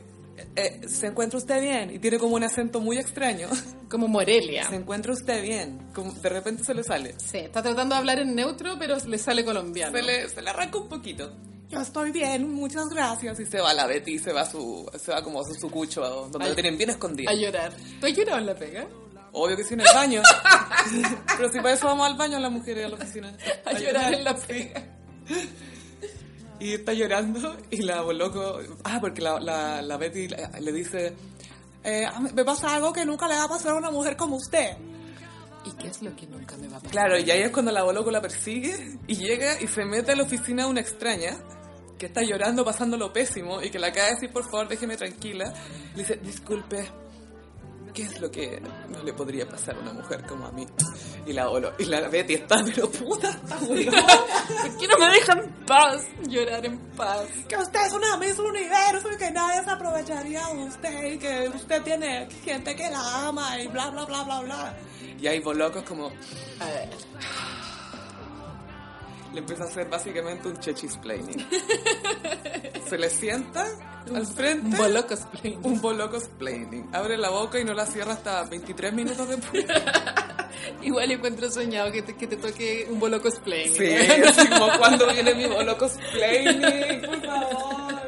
Speaker 1: eh, ¿se encuentra usted bien? Y tiene como un acento muy extraño.
Speaker 2: Como Morelia.
Speaker 1: ¿Se
Speaker 2: Sí.
Speaker 1: encuentra usted bien? Como de repente se le sale.
Speaker 2: está tratando de hablar en neutro, pero le sale colombiano.
Speaker 1: Se le, se le arranca un poquito. Yo estoy bien, muchas gracias. Y se va la Betty, se va su, se va como a su sucucho, donde
Speaker 2: Ay.
Speaker 1: lo tienen bien escondido.
Speaker 2: A llorar. ¿Tú has llorado en la pega?
Speaker 1: Obvio que sí en el baño. Pero si para eso vamos al baño las mujeres a la oficina.
Speaker 2: A llorar en la pega.
Speaker 1: Y está llorando y la loco. Ah, porque la, la, la Betty la- le dice: eh, a mí Me pasa algo que nunca le va a pasar a una mujer como usted.
Speaker 2: ¿Y qué es lo que nunca me va a pasar?
Speaker 1: Claro, y ahí es cuando la loco la persigue y llega y se mete a la oficina de una extraña que está llorando, pasándolo pésimo y que le acaba de decir: Por favor, déjeme tranquila. Le dice: Disculpe. ¿Qué es lo que no le podría pasar a una mujer como a mí? Y la, Bolo- y la Betty está, pero puta, está
Speaker 2: ¿Por qué no me dejan en paz? Llorar en paz.
Speaker 1: que usted es una Miss Universo y que nadie se aprovecharía de usted y que usted tiene gente que la ama y bla, bla, bla, bla, bla. Y ahí Boloco es como,
Speaker 2: A ver.
Speaker 1: le empieza a hacer básicamente un chechis planning. se le sienta al frente.
Speaker 2: Boloco Spring.
Speaker 1: Un boloco splaining. Abre la boca y no la cierra hasta 23 minutos después.
Speaker 2: Igual encuentro soñado que te, que te toque un boloco Spring.
Speaker 1: Sí, así como cuando viene mi boloco splaining, por favor.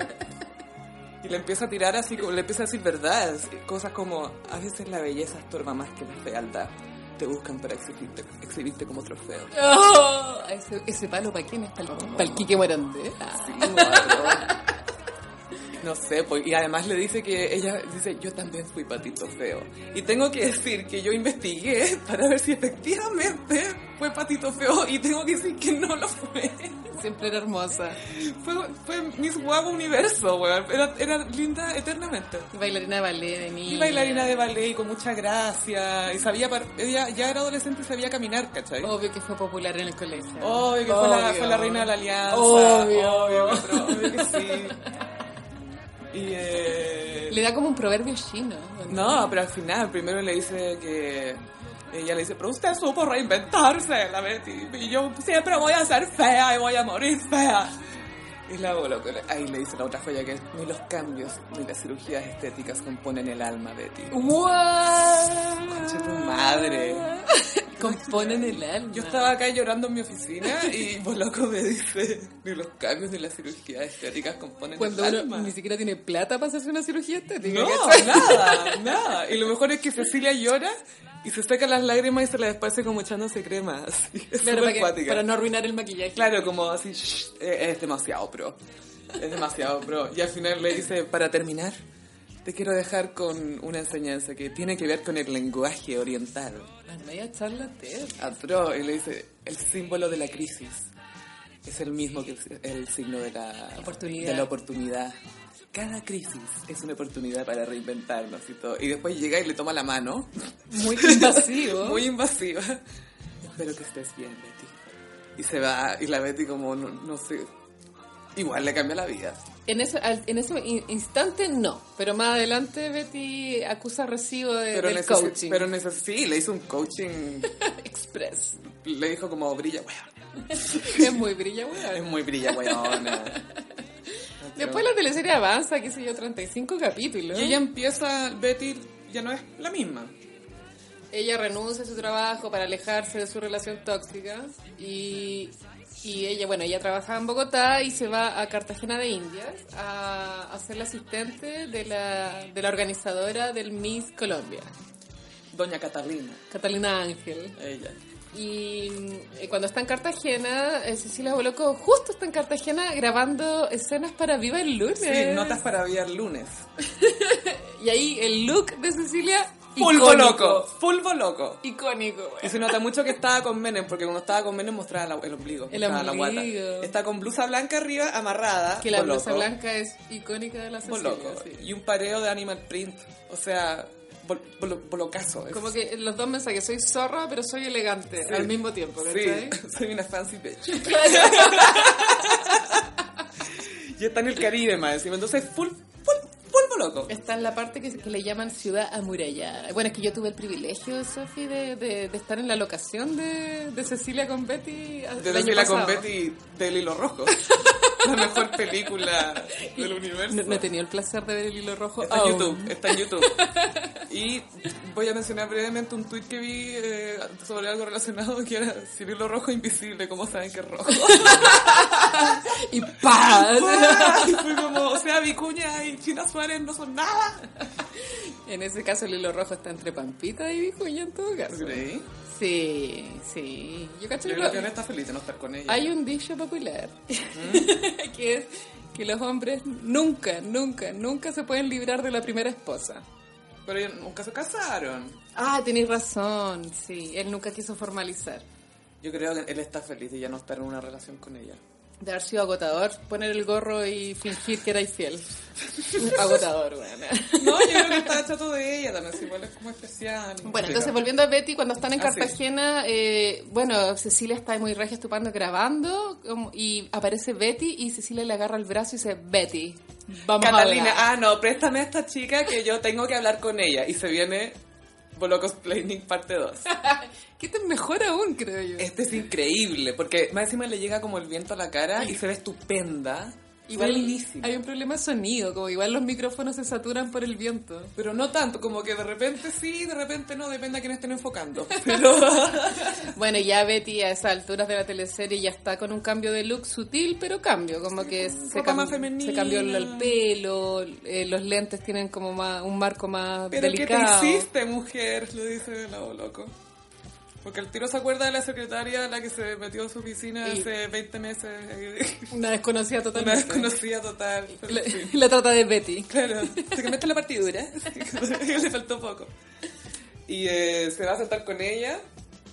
Speaker 1: Y le empieza a tirar así, como- le empieza a decir verdades, cosas como, a veces la belleza estorba más que la fealdad. Te buscan para exhibirte, exhibirte como trofeo.
Speaker 2: Oh, ese, ese palo para quién es para el, Quique Morandé. Ah.
Speaker 1: No sé, pues, y además le dice que ella dice, yo también fui patito feo. Y tengo que decir que yo investigué para ver si efectivamente fue patito feo y tengo que decir que no lo fue.
Speaker 2: Siempre era hermosa.
Speaker 1: Fue, fue Miss Guapo Universo, weón. Era, era linda eternamente.
Speaker 2: Y Bailarina de ballet de niña.
Speaker 1: Y bailarina de ballet y con mucha gracia. Y sabía, par- ella ya era adolescente y sabía caminar, ¿cachai?
Speaker 2: Obvio que fue popular en el colegio.
Speaker 1: Obvio que Fue, la, fue la reina de la alianza.
Speaker 2: Obvio.
Speaker 1: Obvio, otro, obvio que sí. Y eh,
Speaker 2: Le da como un proverbio chino.
Speaker 1: No, pero al final, primero le dice que. Ella le dice, pero usted supo reinventarse, la Betty. Y yo siempre voy a ser fea y voy a morir fea. Y la bola, que le- ahí le dice la otra joya que es, ni los cambios ni las cirugías estéticas componen el alma de ti. Concha tu madre.
Speaker 2: Componen el alma.
Speaker 1: Yo estaba acá llorando en mi oficina y Boloco me dice, ni los cambios ni las cirugías estéticas componen
Speaker 2: Cuando
Speaker 1: el
Speaker 2: uno
Speaker 1: alma.
Speaker 2: ni siquiera tiene plata para hacerse una cirugía estética.
Speaker 1: No,
Speaker 2: ¿cachai?
Speaker 1: nada, nada. Y lo mejor es que Cecilia llora y se seca las lágrimas y se las esparce como echándose crema. así. Es súper
Speaker 2: Claro, para, que-
Speaker 1: cuática.
Speaker 2: para no arruinar el maquillaje.
Speaker 1: Claro, como así, shh, eh, es demasiado pro. Es demasiado pro. Y al final le dice, para terminar, te quiero dejar con una enseñanza que tiene que ver con el lenguaje oriental.
Speaker 2: Las medias charlatan.
Speaker 1: A pro, y le dice, el símbolo de la crisis es el mismo que el, el signo de la
Speaker 2: Oportunidad.
Speaker 1: de la oportunidad. Cada crisis es una oportunidad para reinventarnos y todo. Y después llega y le toma la mano.
Speaker 2: Muy invasivo.
Speaker 1: Muy invasiva. Espero que estés bien, Betty. Y se va, y la Betty como, no, no sé, igual le cambia la vida.
Speaker 2: En ese, al- en ese in- instante no, pero más adelante Betty acusa recibo de,
Speaker 1: Pero,
Speaker 2: del
Speaker 1: necesi-
Speaker 2: Eh, coaching.
Speaker 1: pero necesi- sí, le hizo un coaching,
Speaker 2: Express.
Speaker 1: le dijo como, brilla, weón.
Speaker 2: Es muy brilla,
Speaker 1: Es
Speaker 2: weón.
Speaker 1: muy brilla, weón.
Speaker 2: Después la teleserie avanza, qué sé yo, 35 capítulos.
Speaker 1: Y ella empieza, Betty ya no es la misma.
Speaker 2: Ella renuncia a su trabajo para alejarse de su relación tóxica y, y ella, bueno, ella trabajaba en Bogotá y se va a Cartagena de Indias a, a ser la asistente de la, de la organizadora del Miss Colombia,
Speaker 1: Doña Catalina,
Speaker 2: Catalina Ángel.
Speaker 1: ella.
Speaker 2: Y mm, eh, cuando está en Cartagena, eh, Cecilia Boloco justo está en Cartagena grabando escenas para Viva el Lunes.
Speaker 1: Sí, notas para vía el lunes.
Speaker 2: Y ahí el look de Cecilia,
Speaker 1: Fulvo
Speaker 2: icónico.
Speaker 1: loco, fulvo loco.
Speaker 2: Icónico,
Speaker 1: Y
Speaker 2: güey.
Speaker 1: se nota mucho que estaba con Menem, porque cuando estaba con Menem mostraba la- el ombligo.
Speaker 2: El
Speaker 1: mostraba la guata.
Speaker 2: ombligo.
Speaker 1: Está con blusa blanca arriba, amarrada.
Speaker 2: Que la
Speaker 1: por
Speaker 2: blusa
Speaker 1: loco,
Speaker 2: blanca es icónica de la
Speaker 1: por
Speaker 2: Cecilia.
Speaker 1: loco.
Speaker 2: sí.
Speaker 1: Y un pareo de animal print. O sea, bol, bol- bolocazo. Es-
Speaker 2: Como que los dos mensajes, soy zorra, pero soy elegante
Speaker 1: Sí.
Speaker 2: al mismo tiempo, ¿cachai?
Speaker 1: Sí, soy una fancy bitch.
Speaker 2: Claro.
Speaker 1: Y está en el Caribe, más encima. Entonces, full, full, full boloco.
Speaker 2: Está en la parte que, que le llaman ciudad amurallada. Bueno, es que yo tuve el privilegio, Sofi, de, de- de estar en la locación de, de Cecilia con Betty. el
Speaker 1: De
Speaker 2: año
Speaker 1: Cecilia con
Speaker 2: pasado.
Speaker 1: Betty del hilo rojo. la mejor película del universo.
Speaker 2: No, no he tenido el placer de ver el hilo rojo.
Speaker 1: Está en
Speaker 2: aún.
Speaker 1: YouTube, está en YouTube. Y voy a mencionar brevemente un tweet que vi eh, sobre algo relacionado que era Cirilo Rojo Invisible, ¿cómo saben que es rojo?
Speaker 2: Y ¡pam!
Speaker 1: Y fui como, o sea, Vicuña y China Suárez no son nada.
Speaker 2: en ese caso el hilo rojo está entre Pampita y Vicuña en todo caso.
Speaker 1: Sí.
Speaker 2: Sí, sí. Yo
Speaker 1: Yo
Speaker 2: cacho que
Speaker 1: creo
Speaker 2: lo-
Speaker 1: que no está feliz de no estar con ella.
Speaker 2: hay un dicho popular que es que los hombres nunca, nunca, nunca se pueden librar de la primera esposa.
Speaker 1: Pero ellos nunca se casaron.
Speaker 2: Ah, tenéis razón, sí. Él nunca quiso formalizar.
Speaker 1: Yo creo que él está feliz de ya no estar en una relación con ella.
Speaker 2: De haber sido agotador, poner el gorro y fingir que era infiel. agotador, bueno.
Speaker 1: No, yo creo que está chato de ella también, si igual es como especial.
Speaker 2: Bueno,
Speaker 1: Sí,
Speaker 2: entonces
Speaker 1: claro.
Speaker 2: volviendo a Betty, cuando están en
Speaker 1: Ah, sí.
Speaker 2: Cartagena, eh, bueno, Cecilia está muy regia estupando grabando como- y aparece Betty y Cecilia le agarra el brazo y dice, Betty, vamos a
Speaker 1: Catalina,
Speaker 2: hablar".
Speaker 1: ah, no, préstame a esta chica que yo tengo que hablar con ella. Y se viene Bolocos Planning parte 2.
Speaker 2: Que esto es mejor aún, creo yo.
Speaker 1: ah. Este es increíble, porque más encima le llega como el viento a la cara y se ve estupenda. Igual lindísima.
Speaker 2: hay un problema de sonido, como igual los micrófonos se saturan por el viento.
Speaker 1: Pero no tanto, como que de repente sí, de repente no, depende a quién estén enfocando. Pero
Speaker 2: Bueno, ya Betty a esas alturas de la teleserie ya está con un cambio de look sutil, pero cambio, como que se,
Speaker 1: ropa más
Speaker 2: se
Speaker 1: femenina.
Speaker 2: cambió el, el pelo, eh, los lentes tienen como más, un marco más
Speaker 1: ¿Pero
Speaker 2: delicado.
Speaker 1: qué te hiciste, mujer? Le dice la Boloco. Porque el tiro se acuerda de la secretaria, la que se metió a su oficina
Speaker 2: Y-
Speaker 1: hace 20 meses.
Speaker 2: Una desconocida
Speaker 1: Una
Speaker 2: totalmente.
Speaker 1: desconocida total. pero
Speaker 2: La,
Speaker 1: sí.
Speaker 2: la trata de Betty.
Speaker 1: Claro, se cambiaste la partidura. Le faltó poco. Y eh, se va a sentar con ella.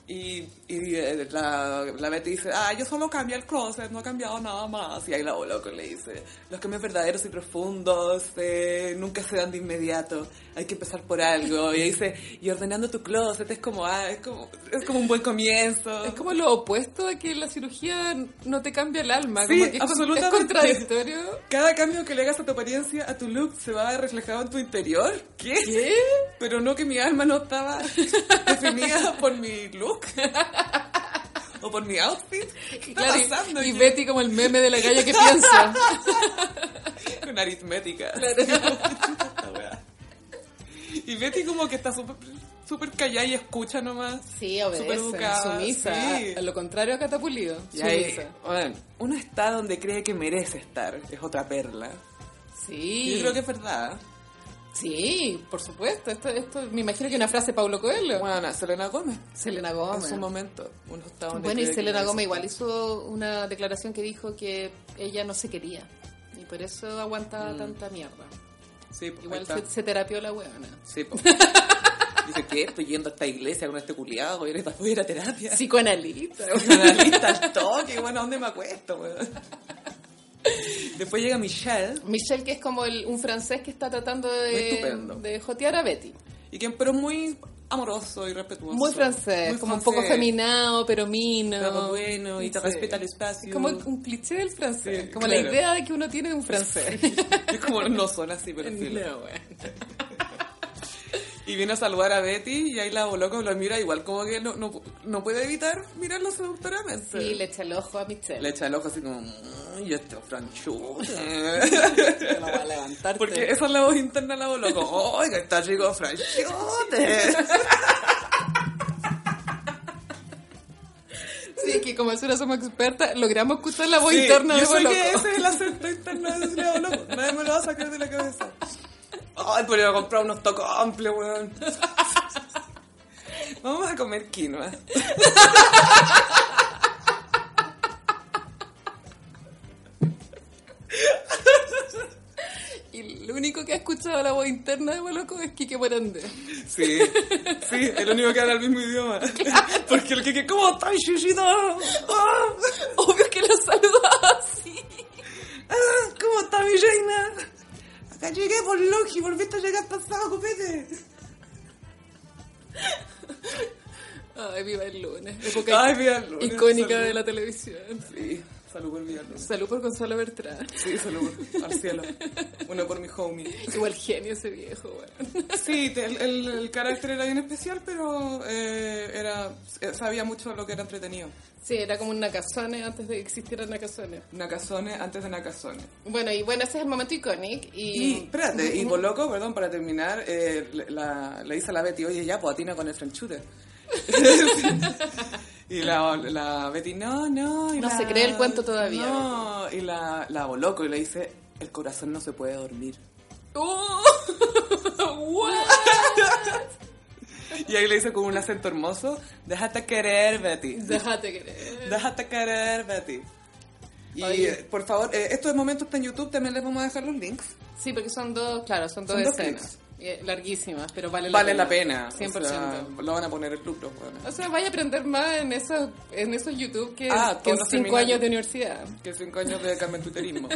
Speaker 1: Y, y, eh, la, la Betty dice, ah, yo solo cambié el closet, no he cambiado nada más. Y ahí la loco le dice, los cambios verdaderos y profundos eh, nunca se dan de inmediato, hay que empezar por algo. Y ahí dice, y ordenando tu closet es como, ah, es como, es como un buen comienzo.
Speaker 2: Es como lo opuesto a que la cirugía no te cambia el alma.
Speaker 1: Sí,
Speaker 2: como que es, con-
Speaker 1: absolutamente.
Speaker 2: es contradictorio.
Speaker 1: Cada cambio que le hagas a tu apariencia, a tu look, se va a ver reflejado en tu interior. ¿Qué?
Speaker 2: ¿Qué?
Speaker 1: Pero no que mi alma no estaba definida por mi look. o por mi outfit. ¿Qué está
Speaker 2: Claro, y-
Speaker 1: pasando?
Speaker 2: y
Speaker 1: Yo-
Speaker 2: Betty como el meme de la galla que piensa.
Speaker 1: con aritmética. Esta weá. y Betty como que está súper súper callada y escucha nomás.
Speaker 2: Sí,
Speaker 1: Súper
Speaker 2: obedece,
Speaker 1: educada,
Speaker 2: sumisa.
Speaker 1: sí.
Speaker 2: A, a lo contrario a Catapulido,
Speaker 1: Y
Speaker 2: sumisa.
Speaker 1: ahí, bueno, uno está donde cree que merece estar. Es otra perla.
Speaker 2: Sí.
Speaker 1: Yo creo que es verdad.
Speaker 2: Sí, por supuesto. Esto, esto me imagino que una frase de Pablo Coelho.
Speaker 1: Bueno, Selena Gómez.
Speaker 2: Selena
Speaker 1: En
Speaker 2: Gómez.
Speaker 1: su momento. Uno está donde
Speaker 2: Bueno, y
Speaker 1: cree que
Speaker 2: Selena
Speaker 1: merece
Speaker 2: Gómez
Speaker 1: estar.
Speaker 2: igual hizo una declaración que dijo que ella no se quería. Y por eso aguantaba
Speaker 1: Mm.
Speaker 2: tanta mierda.
Speaker 1: Sí, pues, ahí
Speaker 2: Igual
Speaker 1: está.
Speaker 2: se, se terapió la huevona.
Speaker 1: Sí, po. Dice, ¿qué? Estoy yendo a esta iglesia con este culiado, voy a ir a, voy a ir a terapia.
Speaker 2: Psicoanalista.
Speaker 1: Analista al toque, bueno, ¿a dónde me acuesto, weón? Después llega Michelle,
Speaker 2: Michelle, que es como el- un francés que está tratando
Speaker 1: Muy
Speaker 2: de,
Speaker 1: estupendo.
Speaker 2: de jotear a Betty.
Speaker 1: y quien, pero muy amoroso y respetuoso.
Speaker 2: Muy francés,
Speaker 1: Muy
Speaker 2: como un
Speaker 1: francés,
Speaker 2: poco feminado, pero mino.
Speaker 1: Pero bueno, y te
Speaker 2: Sí.
Speaker 1: respeta el espacio.
Speaker 2: Es como un cliché del francés,
Speaker 1: Sí,
Speaker 2: como la
Speaker 1: claro.
Speaker 2: idea de que uno tiene de un francés.
Speaker 1: Es como, no son así, pero sí.
Speaker 2: No, bueno.
Speaker 1: Y viene a saludar a Betty y ahí la loco lo mira igual como que no, no, no puede evitar mirarlo seductoramente.
Speaker 2: Sí, le echa el ojo a Michelle.
Speaker 1: Le echa el ojo así como, "Mm, y este franchute.
Speaker 2: Te lo va a levantar.
Speaker 1: Porque esa es la voz interna de la voz loco. ¡Oiga, está chico franchote!
Speaker 2: Sí, que como nosotros somos expertas, logramos escuchar la voz
Speaker 1: Sí,
Speaker 2: interna de
Speaker 1: yo sé
Speaker 2: Boloco.
Speaker 1: que ese es el acento interno de la voz loco. Nadie me lo va a sacar de la cabeza. ¡Ay, pero iba a comprar unos tocomples, weón! Vamos a comer quinoa.
Speaker 2: Y lo único que ha escuchado la voz interna de Boloco es Quique Morande.
Speaker 1: Sí, sí, el único que habla el mismo idioma. Porque el que, que ¿cómo estás, chichito? ¡Ah!
Speaker 2: Obvio que la saludaba así.
Speaker 1: ¡Ah! ¿Cómo está mi reina? Acá llegué por Loki, volviste a llegar pasado, copete.
Speaker 2: Ay, viva el lunes. Época
Speaker 1: Ay, viva el lunes.
Speaker 2: icónica
Speaker 1: Salud.
Speaker 2: de la televisión.
Speaker 1: Sí, salud por mi alma.
Speaker 2: Salud por Gonzalo Bertrán.
Speaker 1: Sí, salud por- al cielo. Uno por mi homie.
Speaker 2: Igual genio ese viejo, bueno.
Speaker 1: Sí, te- el, el- el carácter era bien especial, pero eh, era eh, sabía mucho lo que era entretenido.
Speaker 2: Sí, era como un Nakazone antes de que existieran Nakazones.
Speaker 1: Nakazone antes de Nakazone.
Speaker 2: Bueno, y bueno, ese es el momento icónico.
Speaker 1: Y,
Speaker 2: Y,
Speaker 1: espérate, y por loco, perdón, para terminar, eh, le- la, le dice a la Betty, oye, ya, pues atina con el franchute. y la, la Betty, no, no. y
Speaker 2: No
Speaker 1: la-
Speaker 2: se cree el cuento todavía,
Speaker 1: No, y la, la Boloco y le dice, el corazón no se puede dormir.
Speaker 2: ¡Oh! ¡What!
Speaker 1: Y ahí le dice con un acento hermoso, déjate querer, Betty.
Speaker 2: Déjate querer.
Speaker 1: Déjate querer, Betty. Y
Speaker 2: Oye.
Speaker 1: eh, por favor, eh, estos momentos están en YouTube, también les vamos a dejar los links.
Speaker 2: Sí, porque son dos, claro, son dos
Speaker 1: Son dos
Speaker 2: escenas. Eh, larguísimas, pero vale la
Speaker 1: Vale
Speaker 2: pena.
Speaker 1: la pena.
Speaker 2: 100%.
Speaker 1: o sea, lo van a poner el club, los hueones.
Speaker 2: O sea, vaya a aprender más en esos, en esos YouTube que,
Speaker 1: Ah,
Speaker 2: que en
Speaker 1: todos los
Speaker 2: cinco
Speaker 1: seminarios.
Speaker 2: años de universidad.
Speaker 1: Que cinco años de Carmen Tuterismo.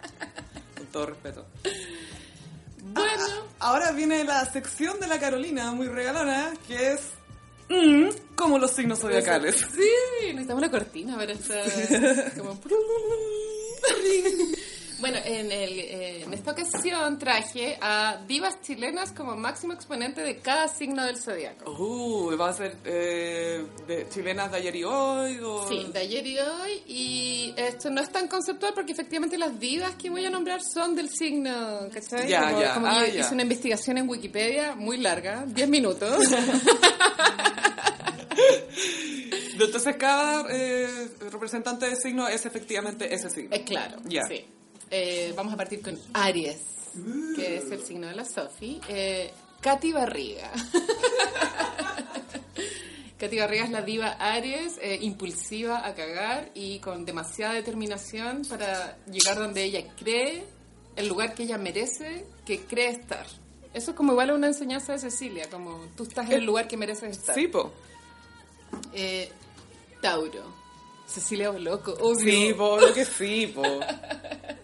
Speaker 1: Con todo respeto. Ah,
Speaker 2: Bueno,
Speaker 1: Ahora viene la sección de la Carolina, muy regalona, que es. mm, como los signos zodiacales.
Speaker 2: Sí, necesitamos la cortina para estar como... Bueno, en, el, eh, en esta ocasión traje a divas chilenas como máximo exponente de cada signo del zodiaco.
Speaker 1: Uh, va a ser eh, de chilenas de ayer y hoy. O...
Speaker 2: Sí, de ayer y hoy, y esto no es tan conceptual porque efectivamente las divas que voy a nombrar son del signo, ¿cachai?
Speaker 1: Ya,
Speaker 2: como,
Speaker 1: ya,
Speaker 2: como
Speaker 1: ah,
Speaker 2: que
Speaker 1: ya.
Speaker 2: hice una investigación en Wikipedia muy larga, 10 minutos.
Speaker 1: Entonces, cada eh, representante de signo es efectivamente ese signo.
Speaker 2: Eh, claro,
Speaker 1: Ya.
Speaker 2: sí. Eh, vamos a partir con Aries, que es el signo de la Sophie. Eh, Katy Barriga. Katy Barriga es la diva Aries, eh, impulsiva a cagar y con demasiada determinación para llegar donde ella cree, el lugar que ella merece, que cree estar. Eso es como igual a una enseñanza de Cecilia, como tú estás en el lugar que mereces estar.
Speaker 1: Eh, Sí, po.
Speaker 2: Eh, Tauro. Cecilia Boloco, obvio.
Speaker 1: Sí, po, lo que sí, po.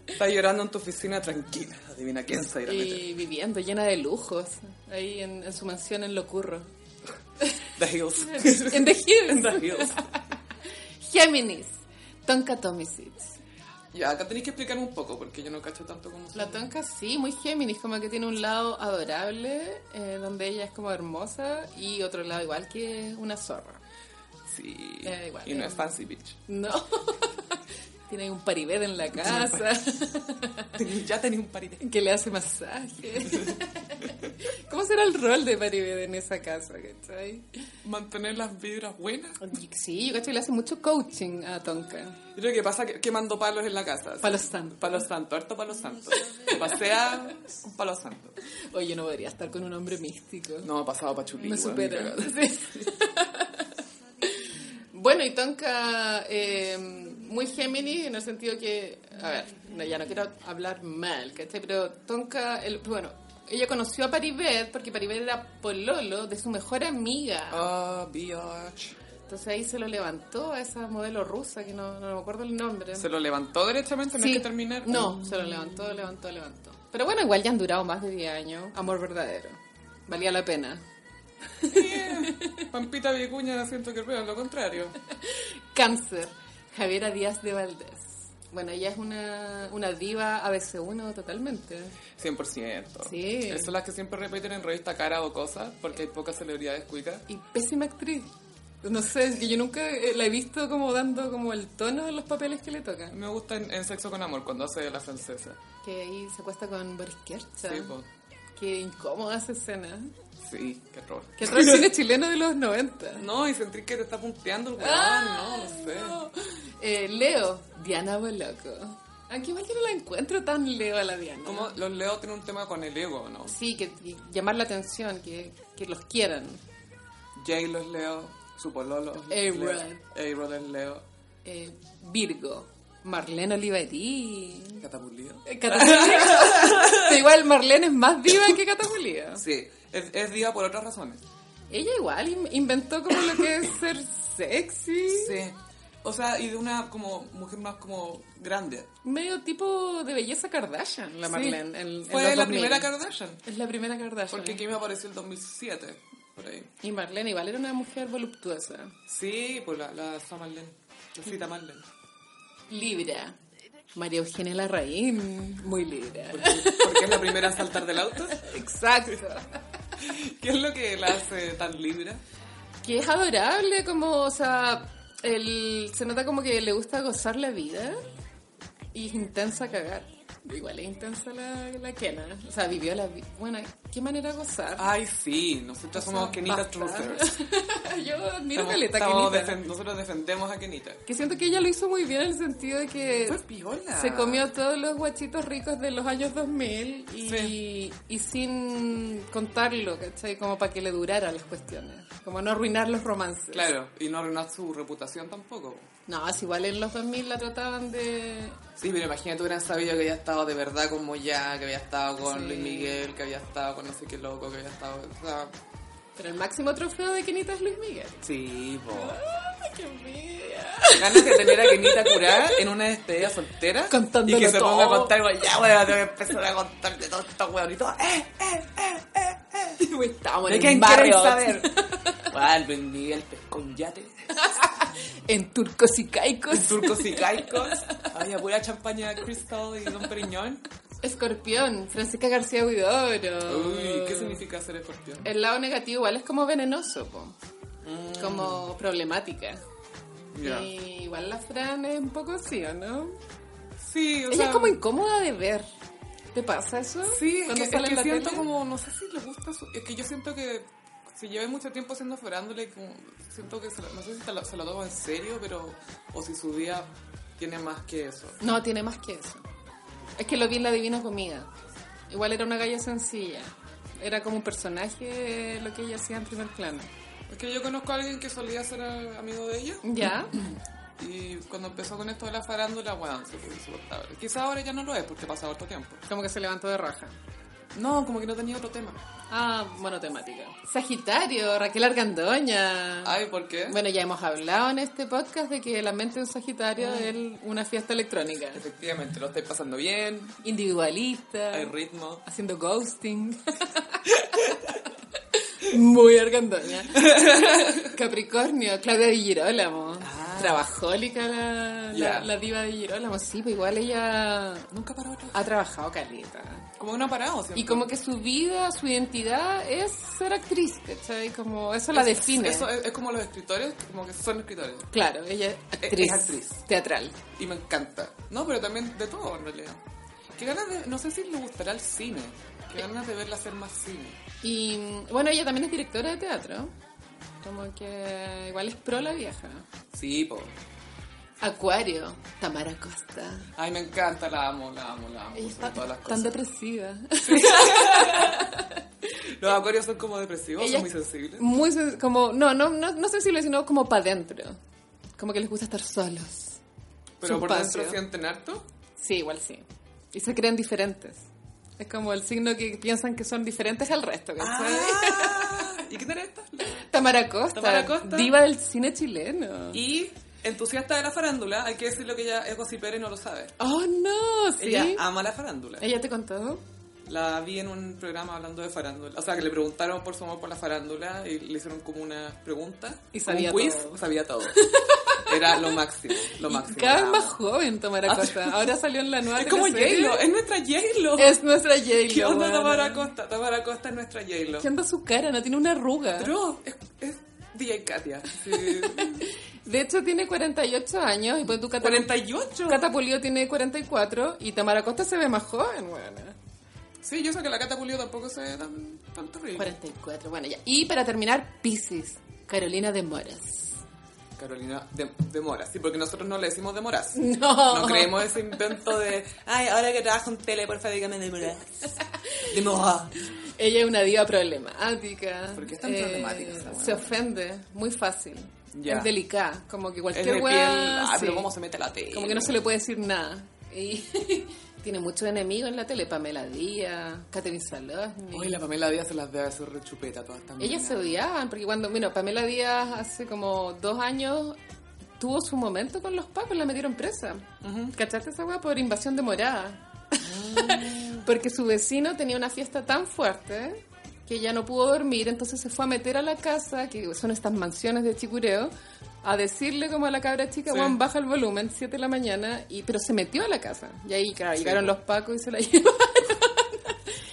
Speaker 1: Está llorando en tu oficina tranquila. Adivina quién se irá a meter.
Speaker 2: Y viviendo llena de lujos, ahí en, en su mansión en Locurro.
Speaker 1: The Hills.
Speaker 2: en The
Speaker 1: En The
Speaker 2: Hills.
Speaker 1: Hills.
Speaker 2: Géminis, Tonka Tomisic.
Speaker 1: Ya, acá tenéis que explicarme un poco, porque yo no cacho tanto como...
Speaker 2: La Tonka sí, muy Géminis, como que tiene un lado adorable, eh, donde ella es como hermosa, y otro lado igual que una zorra.
Speaker 1: Sí.
Speaker 2: Me da igual,
Speaker 1: y no
Speaker 2: eh.
Speaker 1: es fancy bitch.
Speaker 2: No. Tiene ahí un paribed en la casa
Speaker 1: Tení- ya tenía un parité.
Speaker 2: que le hace masaje. ¿Cómo será el rol de paribed en esa casa? ¿cachai?
Speaker 1: Mantener las vibras buenas.
Speaker 2: Sí, yo cacho que le hace mucho coaching a Tonka.
Speaker 1: Yo creo que pasa que, que mando palos en la casa. así.
Speaker 2: Palos santos.
Speaker 1: Palos santo, harto palos santo. Pasea un palo santo.
Speaker 2: Oye, no podría estar con un hombre místico.
Speaker 1: No, ha pasado pachulí.
Speaker 2: Me
Speaker 1: weón, ni
Speaker 2: supera.
Speaker 1: cagando.
Speaker 2: Sí. bueno, y Tonka, eh, muy Géminis en el sentido que, a ver, no, ya no quiero hablar mal, ¿cachai? Pero Tonka, el, bueno, ella conoció a Paribet porque Paribet era pololo de su mejor amiga.
Speaker 1: Ah, biatch.
Speaker 2: Entonces ahí se lo levantó a esa modelo rusa que no, no me acuerdo el nombre.
Speaker 1: ¿Se lo levantó derechamente? ¿No hay
Speaker 2: Sí.
Speaker 1: que terminar?
Speaker 2: No, se lo levantó, levantó, levantó. Pero bueno, igual ya han durado más de 10 años. Amor verdadero. Valía la pena.
Speaker 1: Pampita Vicuña, siento que prueba lo contrario.
Speaker 2: Cáncer, Javiera Díaz de Valdés. Bueno, ella es una, una diva ABC1 totalmente.
Speaker 1: 100%.
Speaker 2: Sí.
Speaker 1: Esas son las que siempre repiten en revista Cara o Cosa, porque hay pocas celebridades cuicas.
Speaker 2: Y pésima actriz. No sé, es que yo nunca eh, la he visto como dando como el tono de los papeles que le tocan.
Speaker 1: Me gusta en, en Sexo con Amor, cuando hace de la francesa.
Speaker 2: Que ahí se acuesta con Boris Kercha.
Speaker 1: Sí, po.
Speaker 2: Qué incómoda esa escena.
Speaker 1: Sí, qué horror.
Speaker 2: Qué otro cine chileno de los 90.
Speaker 1: No, y sentir que te está punteando el weón,
Speaker 2: Ah,
Speaker 1: no, no sé.
Speaker 2: Eh, Leo, Diana Boloco. Aunque igual yo no la encuentro tan Leo a la Diana.
Speaker 1: Como los Leo tienen un tema con el ego, ¿no?
Speaker 2: Sí, que, que llamar la atención, que, que los quieran.
Speaker 1: Jay los Leo, su pololo. es
Speaker 2: A-Rod.
Speaker 1: Leo, A-Rod es Leo.
Speaker 2: Eh, Virgo, Marlene Olivetti.
Speaker 1: Catapulido.
Speaker 2: Eh, Cataculía. Pero igual Marlene es más viva que Cataculía.
Speaker 1: Sí, es, es diva por otras razones.
Speaker 2: Ella igual in- inventó como lo que es ser sexy.
Speaker 1: Sí. O sea, y de una como mujer más como grande.
Speaker 2: Medio tipo de belleza Kardashian, la
Speaker 1: Sí.
Speaker 2: Marlene. en- en
Speaker 1: Fue
Speaker 2: los
Speaker 1: la
Speaker 2: 2000.
Speaker 1: primera Kardashian.
Speaker 2: Es la primera Kardashian.
Speaker 1: Porque Kim apareció en 2007, por ahí.
Speaker 2: Y Marlene igual era una mujer voluptuosa.
Speaker 1: Sí, pues la, la Sa Marlene. La cita Marlene.
Speaker 2: Libra. María Eugenia Larraín. Muy libra.
Speaker 1: Porque es la primera en saltar del auto.
Speaker 2: Exacto.
Speaker 1: ¿Qué es lo que la hace tan libre?
Speaker 2: Que es adorable, como, o sea, el- se nota como que le gusta gozar la vida y es intensa a cagar. Igual es intensa la, la Kena. O sea, vivió la vida. Bueno, qué manera de gozar.
Speaker 1: Ay, sí, nosotros somos Kenita
Speaker 2: basta.
Speaker 1: Truthers.
Speaker 2: Yo admiro
Speaker 1: Estamos-
Speaker 2: caleta
Speaker 1: estamos
Speaker 2: Kenita.
Speaker 1: defen- nosotros defendemos a Kenita.
Speaker 2: Que siento que ella lo hizo muy bien en el sentido de que
Speaker 1: Fue piola.
Speaker 2: se comió todos los guachitos ricos de los años 2000 y,
Speaker 1: Sí.
Speaker 2: y sin contarlo, ¿cachai? Como para que le duraran las cuestiones, como no arruinar los romances.
Speaker 1: Claro, y no arruinó su reputación tampoco.
Speaker 2: No, es igual en los 2000 la trataban de...
Speaker 1: Sí, pero imagínate hubieran sabido que había estado de verdad con Moya, que había estado con
Speaker 2: Sí.
Speaker 1: Luis Miguel, que había estado con no sé qué loco, que había estado... O sea,
Speaker 2: Pero el máximo trofeo de Kenita es Luis Miguel.
Speaker 1: sí, po. Ah,
Speaker 2: ¡Ay, qué envidia!
Speaker 1: Ganas de tener a Kenita curada en una despedida soltera.
Speaker 2: Contándolo
Speaker 1: Y que se
Speaker 2: todo.
Speaker 1: ponga a contar, weón, ya, weón, tengo que empezar a contar de todos estos weonitos. ¡Eh, eh, eh, eh, eh!
Speaker 2: Estamos
Speaker 1: ¿De
Speaker 2: en el
Speaker 1: quién
Speaker 2: barrio.
Speaker 1: quieren saber? Juan Luis Miguel pescó un yate.
Speaker 2: En turcos y caicos.
Speaker 1: Turcos y caicos. Había pura champaña Crystal y Don Periñón.
Speaker 2: Escorpión, Francisca García Huidoro.
Speaker 1: Uy, ¿qué significa ser escorpión?
Speaker 2: El lado negativo igual es como venenoso, po. como problemática.
Speaker 1: Mm. Ya.
Speaker 2: Y igual la Fran es un poco así, ¿o no?
Speaker 1: Sí, o
Speaker 2: Ella
Speaker 1: sea,
Speaker 2: es como incómoda de ver. ¿Te pasa eso?
Speaker 1: Sí, es
Speaker 2: Cuando
Speaker 1: que, es
Speaker 2: sale en
Speaker 1: que
Speaker 2: la
Speaker 1: siento
Speaker 2: tele.
Speaker 1: como, no sé si le gusta su... Es que yo siento que si lleve mucho tiempo haciendo farándula y como, siento que, se la- no sé si te la- se lo toma en serio, pero... O si su día tiene más que eso.
Speaker 2: No, tiene más que eso. Es que lo vi en La Divina Comida. Igual era una galla sencilla. Era como un personaje eh, lo que ella hacía en primer plano.
Speaker 1: Es que yo conozco a alguien que solía ser eh, amigo de ella.
Speaker 2: ¿Ya?
Speaker 1: Y cuando empezó con esto de la farándula, weón, se fue insoportable. Quizá ahora ya no lo es porque pasa harto tiempo.
Speaker 2: Como que se levantó de raja.
Speaker 1: No, como que no tenía otro tema.
Speaker 2: Ah, monotemática. Sagitario, Raquel Argandoña.
Speaker 1: Ay, ¿eh? ¿por qué?
Speaker 2: Bueno, ya hemos hablado en este podcast de que la mente de un Sagitario es una fiesta electrónica.
Speaker 1: Efectivamente, lo estáis pasando bien,
Speaker 2: Individualista,
Speaker 1: hay ritmo.
Speaker 2: haciendo ghosting. Muy argandoña. Capricornio, Claudia Di Girolamo. trabajólica la,
Speaker 1: Ah. Ya.
Speaker 2: la, la diva de Girolamo, sí, pero igual ella
Speaker 1: Nunca paró de trabajar.
Speaker 2: ha trabajado caleta.
Speaker 1: Como que no ha parado, ¿cierto?
Speaker 2: Y como que su vida, su identidad es ser actriz, ¿cachai? Como eso la define.
Speaker 1: Eso es, es como los escritores, como que son escritores.
Speaker 2: Claro, ella es actriz,
Speaker 1: es actriz.
Speaker 2: teatral.
Speaker 1: Y me encanta. No, pero también de todo, en realidad. Qué ganas de... No sé si le gustará el cine.
Speaker 2: Eh.
Speaker 1: Qué ganas de verla hacer más cine.
Speaker 2: Y mm, bueno, ella también es directora de teatro. Como que igual es pro la vieja.
Speaker 1: Sí, po.
Speaker 2: Acuario, Tamara Costa.
Speaker 1: Ay, me encanta, la amo, la amo, la amo. sobre
Speaker 2: Ella está
Speaker 1: todas las
Speaker 2: tan
Speaker 1: cosas.
Speaker 2: depresiva.
Speaker 1: Los acuarios son como depresivos,
Speaker 2: Ella
Speaker 1: son muy
Speaker 2: es
Speaker 1: sensibles.
Speaker 2: Muy sen- como, no, no, no, no sensible, sino como para adentro. Como que les gusta estar solos.
Speaker 1: Pero
Speaker 2: su
Speaker 1: por
Speaker 2: paseo.
Speaker 1: dentro sienten harto.
Speaker 2: Sí, igual sí. Y se creen diferentes. Es como el signo que piensan que son diferentes al resto, ¿cachai?
Speaker 1: Ah, ¿Y qué tal esta?
Speaker 2: Tamara Costa,
Speaker 1: Tamara Costa.
Speaker 2: diva del cine chileno.
Speaker 1: Y entusiasta de la farándula, hay que decir lo que ella es gossipera y no lo sabe.
Speaker 2: Oh, no, sí.
Speaker 1: Ella
Speaker 2: Ella,
Speaker 1: ama la farándula.
Speaker 2: te contó.
Speaker 1: La vi en un programa hablando de farándula. O sea, que le preguntaron por su amor por la farándula y le hicieron como una pregunta.
Speaker 2: Y
Speaker 1: como
Speaker 2: sabía
Speaker 1: un quiz,
Speaker 2: todo.
Speaker 1: Sabía todo. Era lo máximo, lo
Speaker 2: Y
Speaker 1: máximo.
Speaker 2: Cada
Speaker 1: la
Speaker 2: vez
Speaker 1: amo.
Speaker 2: más joven Tamara Costa. Ahora salió en la nueva
Speaker 1: Ah, Es como
Speaker 2: teleserie.
Speaker 1: J-Lo, es nuestra J-Lo.
Speaker 2: Es nuestra J-Lo.
Speaker 1: ¿Qué onda
Speaker 2: weona.
Speaker 1: Tamara Costa? Tamara Costa es nuestra J-Lo.
Speaker 2: ¿Qué onda su cara? No tiene una arruga.
Speaker 1: Bro, es, es DJ Katia. Sí.
Speaker 2: De hecho, tiene 48 años y pues tu Cata,
Speaker 1: 48.
Speaker 2: Catapolio tiene 44 y Tamara Costa se ve más joven, weona.
Speaker 1: Sí, yo sé que la Cata Pulido tampoco se ve tan, tan terrible.
Speaker 2: 44, bueno, ya. Y para terminar, Pisces, Carolina de Moras.
Speaker 1: Carolina, de, de Moras. Sí, porque nosotros no le decimos de Moras.
Speaker 2: No.
Speaker 1: No creemos ese invento de, ay, ahora que trabajo en tele, porfa, dígame de Moras. De Moras.
Speaker 2: Ella es una diva problemática. Eh,
Speaker 1: ¿Por qué es tan problemática esa
Speaker 2: Se
Speaker 1: weona?
Speaker 2: ofende muy fácil.
Speaker 1: Ya.
Speaker 2: Es delicada, como que
Speaker 1: Es
Speaker 2: cualquier
Speaker 1: de piel.
Speaker 2: weá,
Speaker 1: Ah, pero
Speaker 2: sí.
Speaker 1: cómo se mete la tele.
Speaker 2: Como que no se le puede decir nada. Y tiene muchos enemigos en la tele, Pamela Díaz, Catherine Salosny.
Speaker 1: Oye, la Pamela Díaz se las debe hacer rechupeta todas también.
Speaker 2: Ellas se odiaban, porque cuando, mira, Pamela Díaz hace como dos años tuvo su momento con los pacos, la metieron presa. ¿Cachaste esa weá? Por invasión de morada.
Speaker 1: Ah.
Speaker 2: porque su vecino tenía una fiesta tan fuerte que ya no pudo dormir, entonces se fue a meter a la casa, que son estas mansiones de Chicureo, a decirle como a la cabra chica,
Speaker 1: Sí.
Speaker 2: Juan, baja el volumen, 7 de la mañana, y pero se metió a la casa. Y ahí, claro, llegaron los pacos y se la llevaron.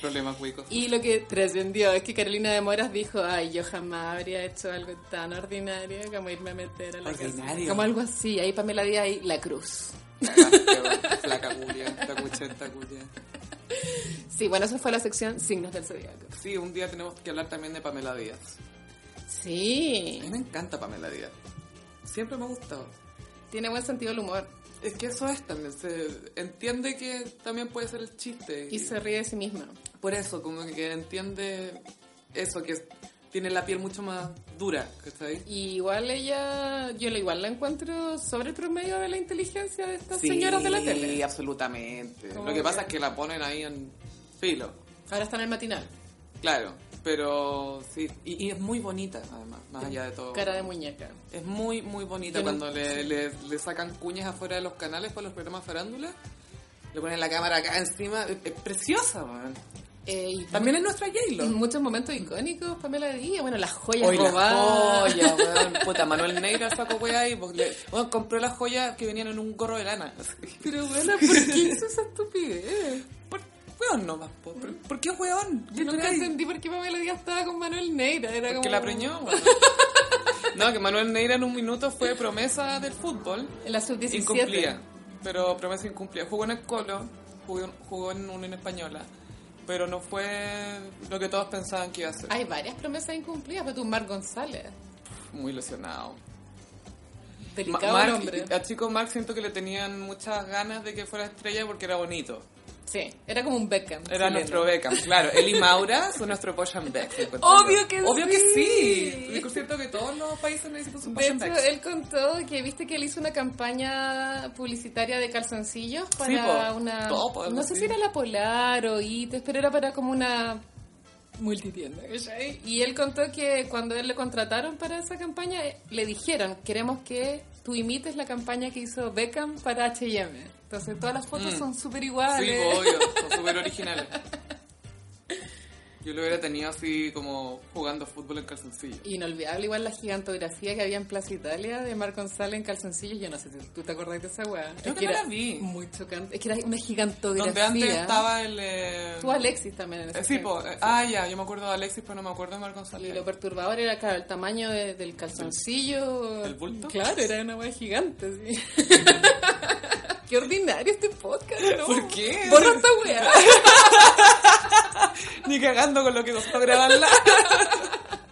Speaker 1: Problemas cuicos.
Speaker 2: Y lo que trascendió es que Carolina de Moras dijo, ay, yo jamás habría hecho algo tan ordinario como irme a meter a la casa".
Speaker 1: Ordinario.
Speaker 2: Como algo así, ahí Pamela Díaz y La Cruz.
Speaker 1: Ah, Flaca culia, la cucheta culia.
Speaker 2: Sí, bueno, esa fue la sección Signos del Zodiaco.
Speaker 1: Sí, un día tenemos que hablar también de Pamela Díaz. A mí
Speaker 2: Sí,
Speaker 1: me encanta Pamela Díaz. Siempre me ha gustado.
Speaker 2: tiene buen sentido el humor
Speaker 1: Es que eso es también, se entiende que también puede ser el chiste.
Speaker 2: y se ríe de sí misma.
Speaker 1: Por eso, como que entiende eso, que tiene la piel mucho más dura, ¿cachai?
Speaker 2: Y igual ella, yo la- igual la encuentro sobre el promedio de la inteligencia de estas
Speaker 1: Sí,
Speaker 2: señoras de la tele.
Speaker 1: absolutamente.
Speaker 2: Como
Speaker 1: Lo que pasa
Speaker 2: que-
Speaker 1: es que la ponen ahí en filo,
Speaker 2: Ahora está en el matinal,
Speaker 1: claro. Pero sí, y, y es muy bonita, además, más allá de todo.
Speaker 2: cara de muñeca.
Speaker 1: Es muy, muy bonita
Speaker 2: Yo no-
Speaker 1: cuando le, le- le sacan cuñas afuera de los canales para los programas farándula. Le ponen la cámara acá encima. Es, es preciosa, man.
Speaker 2: Eh, y
Speaker 1: También es nuestra J-Lo.
Speaker 2: en muchos momentos icónicos, Pamela Díaz, bueno, las joyas
Speaker 1: Oye, la
Speaker 2: robadas.
Speaker 1: joya, weón. Puta, Manuel Neira sacó weá y pues, le- weón, compró las joyas que venían en un gorro de lana.
Speaker 2: Pero bueno, ¿por qué hizo esa estupidez?
Speaker 1: ¿Por, weón nomás, po. ¿por, por qué weón?
Speaker 2: Yo
Speaker 1: ¿Qué
Speaker 2: nunca
Speaker 1: crees?
Speaker 2: entendí por qué Pamela Díaz estaba con Manuel Neira. Era
Speaker 1: Porque
Speaker 2: como...
Speaker 1: la preñó, weón. No, que Manuel Neira en un minuto fue promesa del fútbol.
Speaker 2: En la sub-17.
Speaker 1: Incumplía. Pero promesa incumplía. Jugó en el Colo, jugó, jugó en Unión Española. Pero no fue lo que todos pensaban que iba a ser.
Speaker 2: Hay varias promesas incumplidas, pero tú, Mar González.
Speaker 1: Muy ilusionado. Ma-
Speaker 2: Delicado
Speaker 1: Marc- eh,
Speaker 2: hombre.
Speaker 1: a chico Mark siento que le tenían muchas ganas de que fuera estrella porque era bonito.
Speaker 2: Sí, era como un Beckham.
Speaker 1: Era
Speaker 2: chileno.
Speaker 1: nuestro Beckham, claro. Él y Maura son nuestro Potion Beck.
Speaker 2: Obvio que
Speaker 1: Obvio que
Speaker 2: sí.
Speaker 1: sí. Yo siento que todos los países necesitan su
Speaker 2: De
Speaker 1: Potion
Speaker 2: hecho,
Speaker 1: Beck.
Speaker 2: él contó que viste que él hizo una campaña publicitaria de calzoncillos para
Speaker 1: po.
Speaker 2: una.
Speaker 1: Todo, po, algo
Speaker 2: no sé
Speaker 1: así.
Speaker 2: si era la Polar o ITES, pero era para como una multitienda. ¿cachai? Y él contó que cuando él le contrataron para esa campaña, eh, le dijeron: Queremos que tú imites la campaña que hizo Beckham para HM.
Speaker 1: Mm.
Speaker 2: Entonces, todas las fotos son súper
Speaker 1: Sí,
Speaker 2: iguales.
Speaker 1: obvio. Son súper originales. Yo lo hubiera tenido así como jugando fútbol en calzoncillo.
Speaker 2: Inolvidable igual la gigantografía que había en Plaza Italia de Marc González en calzoncillos. Yo no sé si tú te acordás de esa weá.
Speaker 1: Creo que no
Speaker 2: era
Speaker 1: la vi.
Speaker 2: muy chocante. Es que era una gigantografía.
Speaker 1: Donde antes estaba el... eh,
Speaker 2: Tú Alexis también en ese
Speaker 1: eh, sí,
Speaker 2: tiempo.
Speaker 1: po, eh, ah, ya, yo me acuerdo de Alexis, pero no me acuerdo de Marco
Speaker 2: Y
Speaker 1: González.
Speaker 2: lo perturbador era, claro, el tamaño de- del calzoncillo.
Speaker 1: ¿Del bulto?
Speaker 2: Claro, era una weá gigante, sí. Qué ordinario este podcast, ¿no?
Speaker 1: ¿Por qué?
Speaker 2: Borra esta weá.
Speaker 1: Ni cagando con lo que costó grabarla.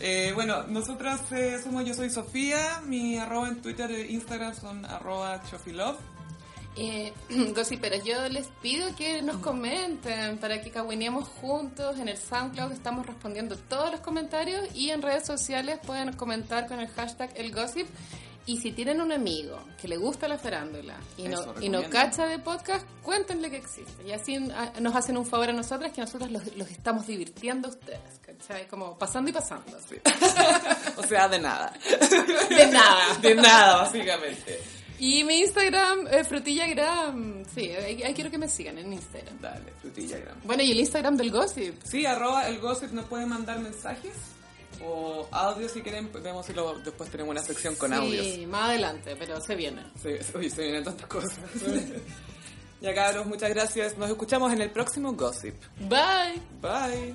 Speaker 1: Eh, bueno, nosotras eh, somos Yo Soy Sofía, mi arroba en Twitter e Instagram son arroba chofilove.
Speaker 2: Eh, pero yo les pido que nos comenten para que cagüineemos juntos. En el SoundCloud estamos respondiendo todos los comentarios y en redes sociales pueden comentar con el hashtag el gossip. Y si tienen un amigo que le gusta la farándula y no,
Speaker 1: Eso,
Speaker 2: y no
Speaker 1: recomienden.
Speaker 2: cacha de podcast, cuéntenle que existe. Y así ah, nos hacen un favor a nosotras que nosotros los, los estamos divirtiendo a ustedes, ¿cachai? Como pasando y pasando. así.
Speaker 1: O sea, de nada.
Speaker 2: De nada.
Speaker 1: De nada, básicamente.
Speaker 2: Y mi Instagram, eh, frutillagram. Sí, ahí ahí quiero que me sigan en Instagram.
Speaker 1: Dale, frutilla grande.
Speaker 2: Bueno, y el Instagram del gossip.
Speaker 1: Sí, arroba el gossip nos pueden mandar mensajes o audio si quieren. pues, Vemos si lo- después tenemos una sección con
Speaker 2: sí,
Speaker 1: audios.
Speaker 2: más adelante, pero se viene.
Speaker 1: Se, uy, se vienen tantas cosas. ya cabros, muchas gracias. Nos escuchamos en el próximo gossip.
Speaker 2: Bye.
Speaker 1: Bye.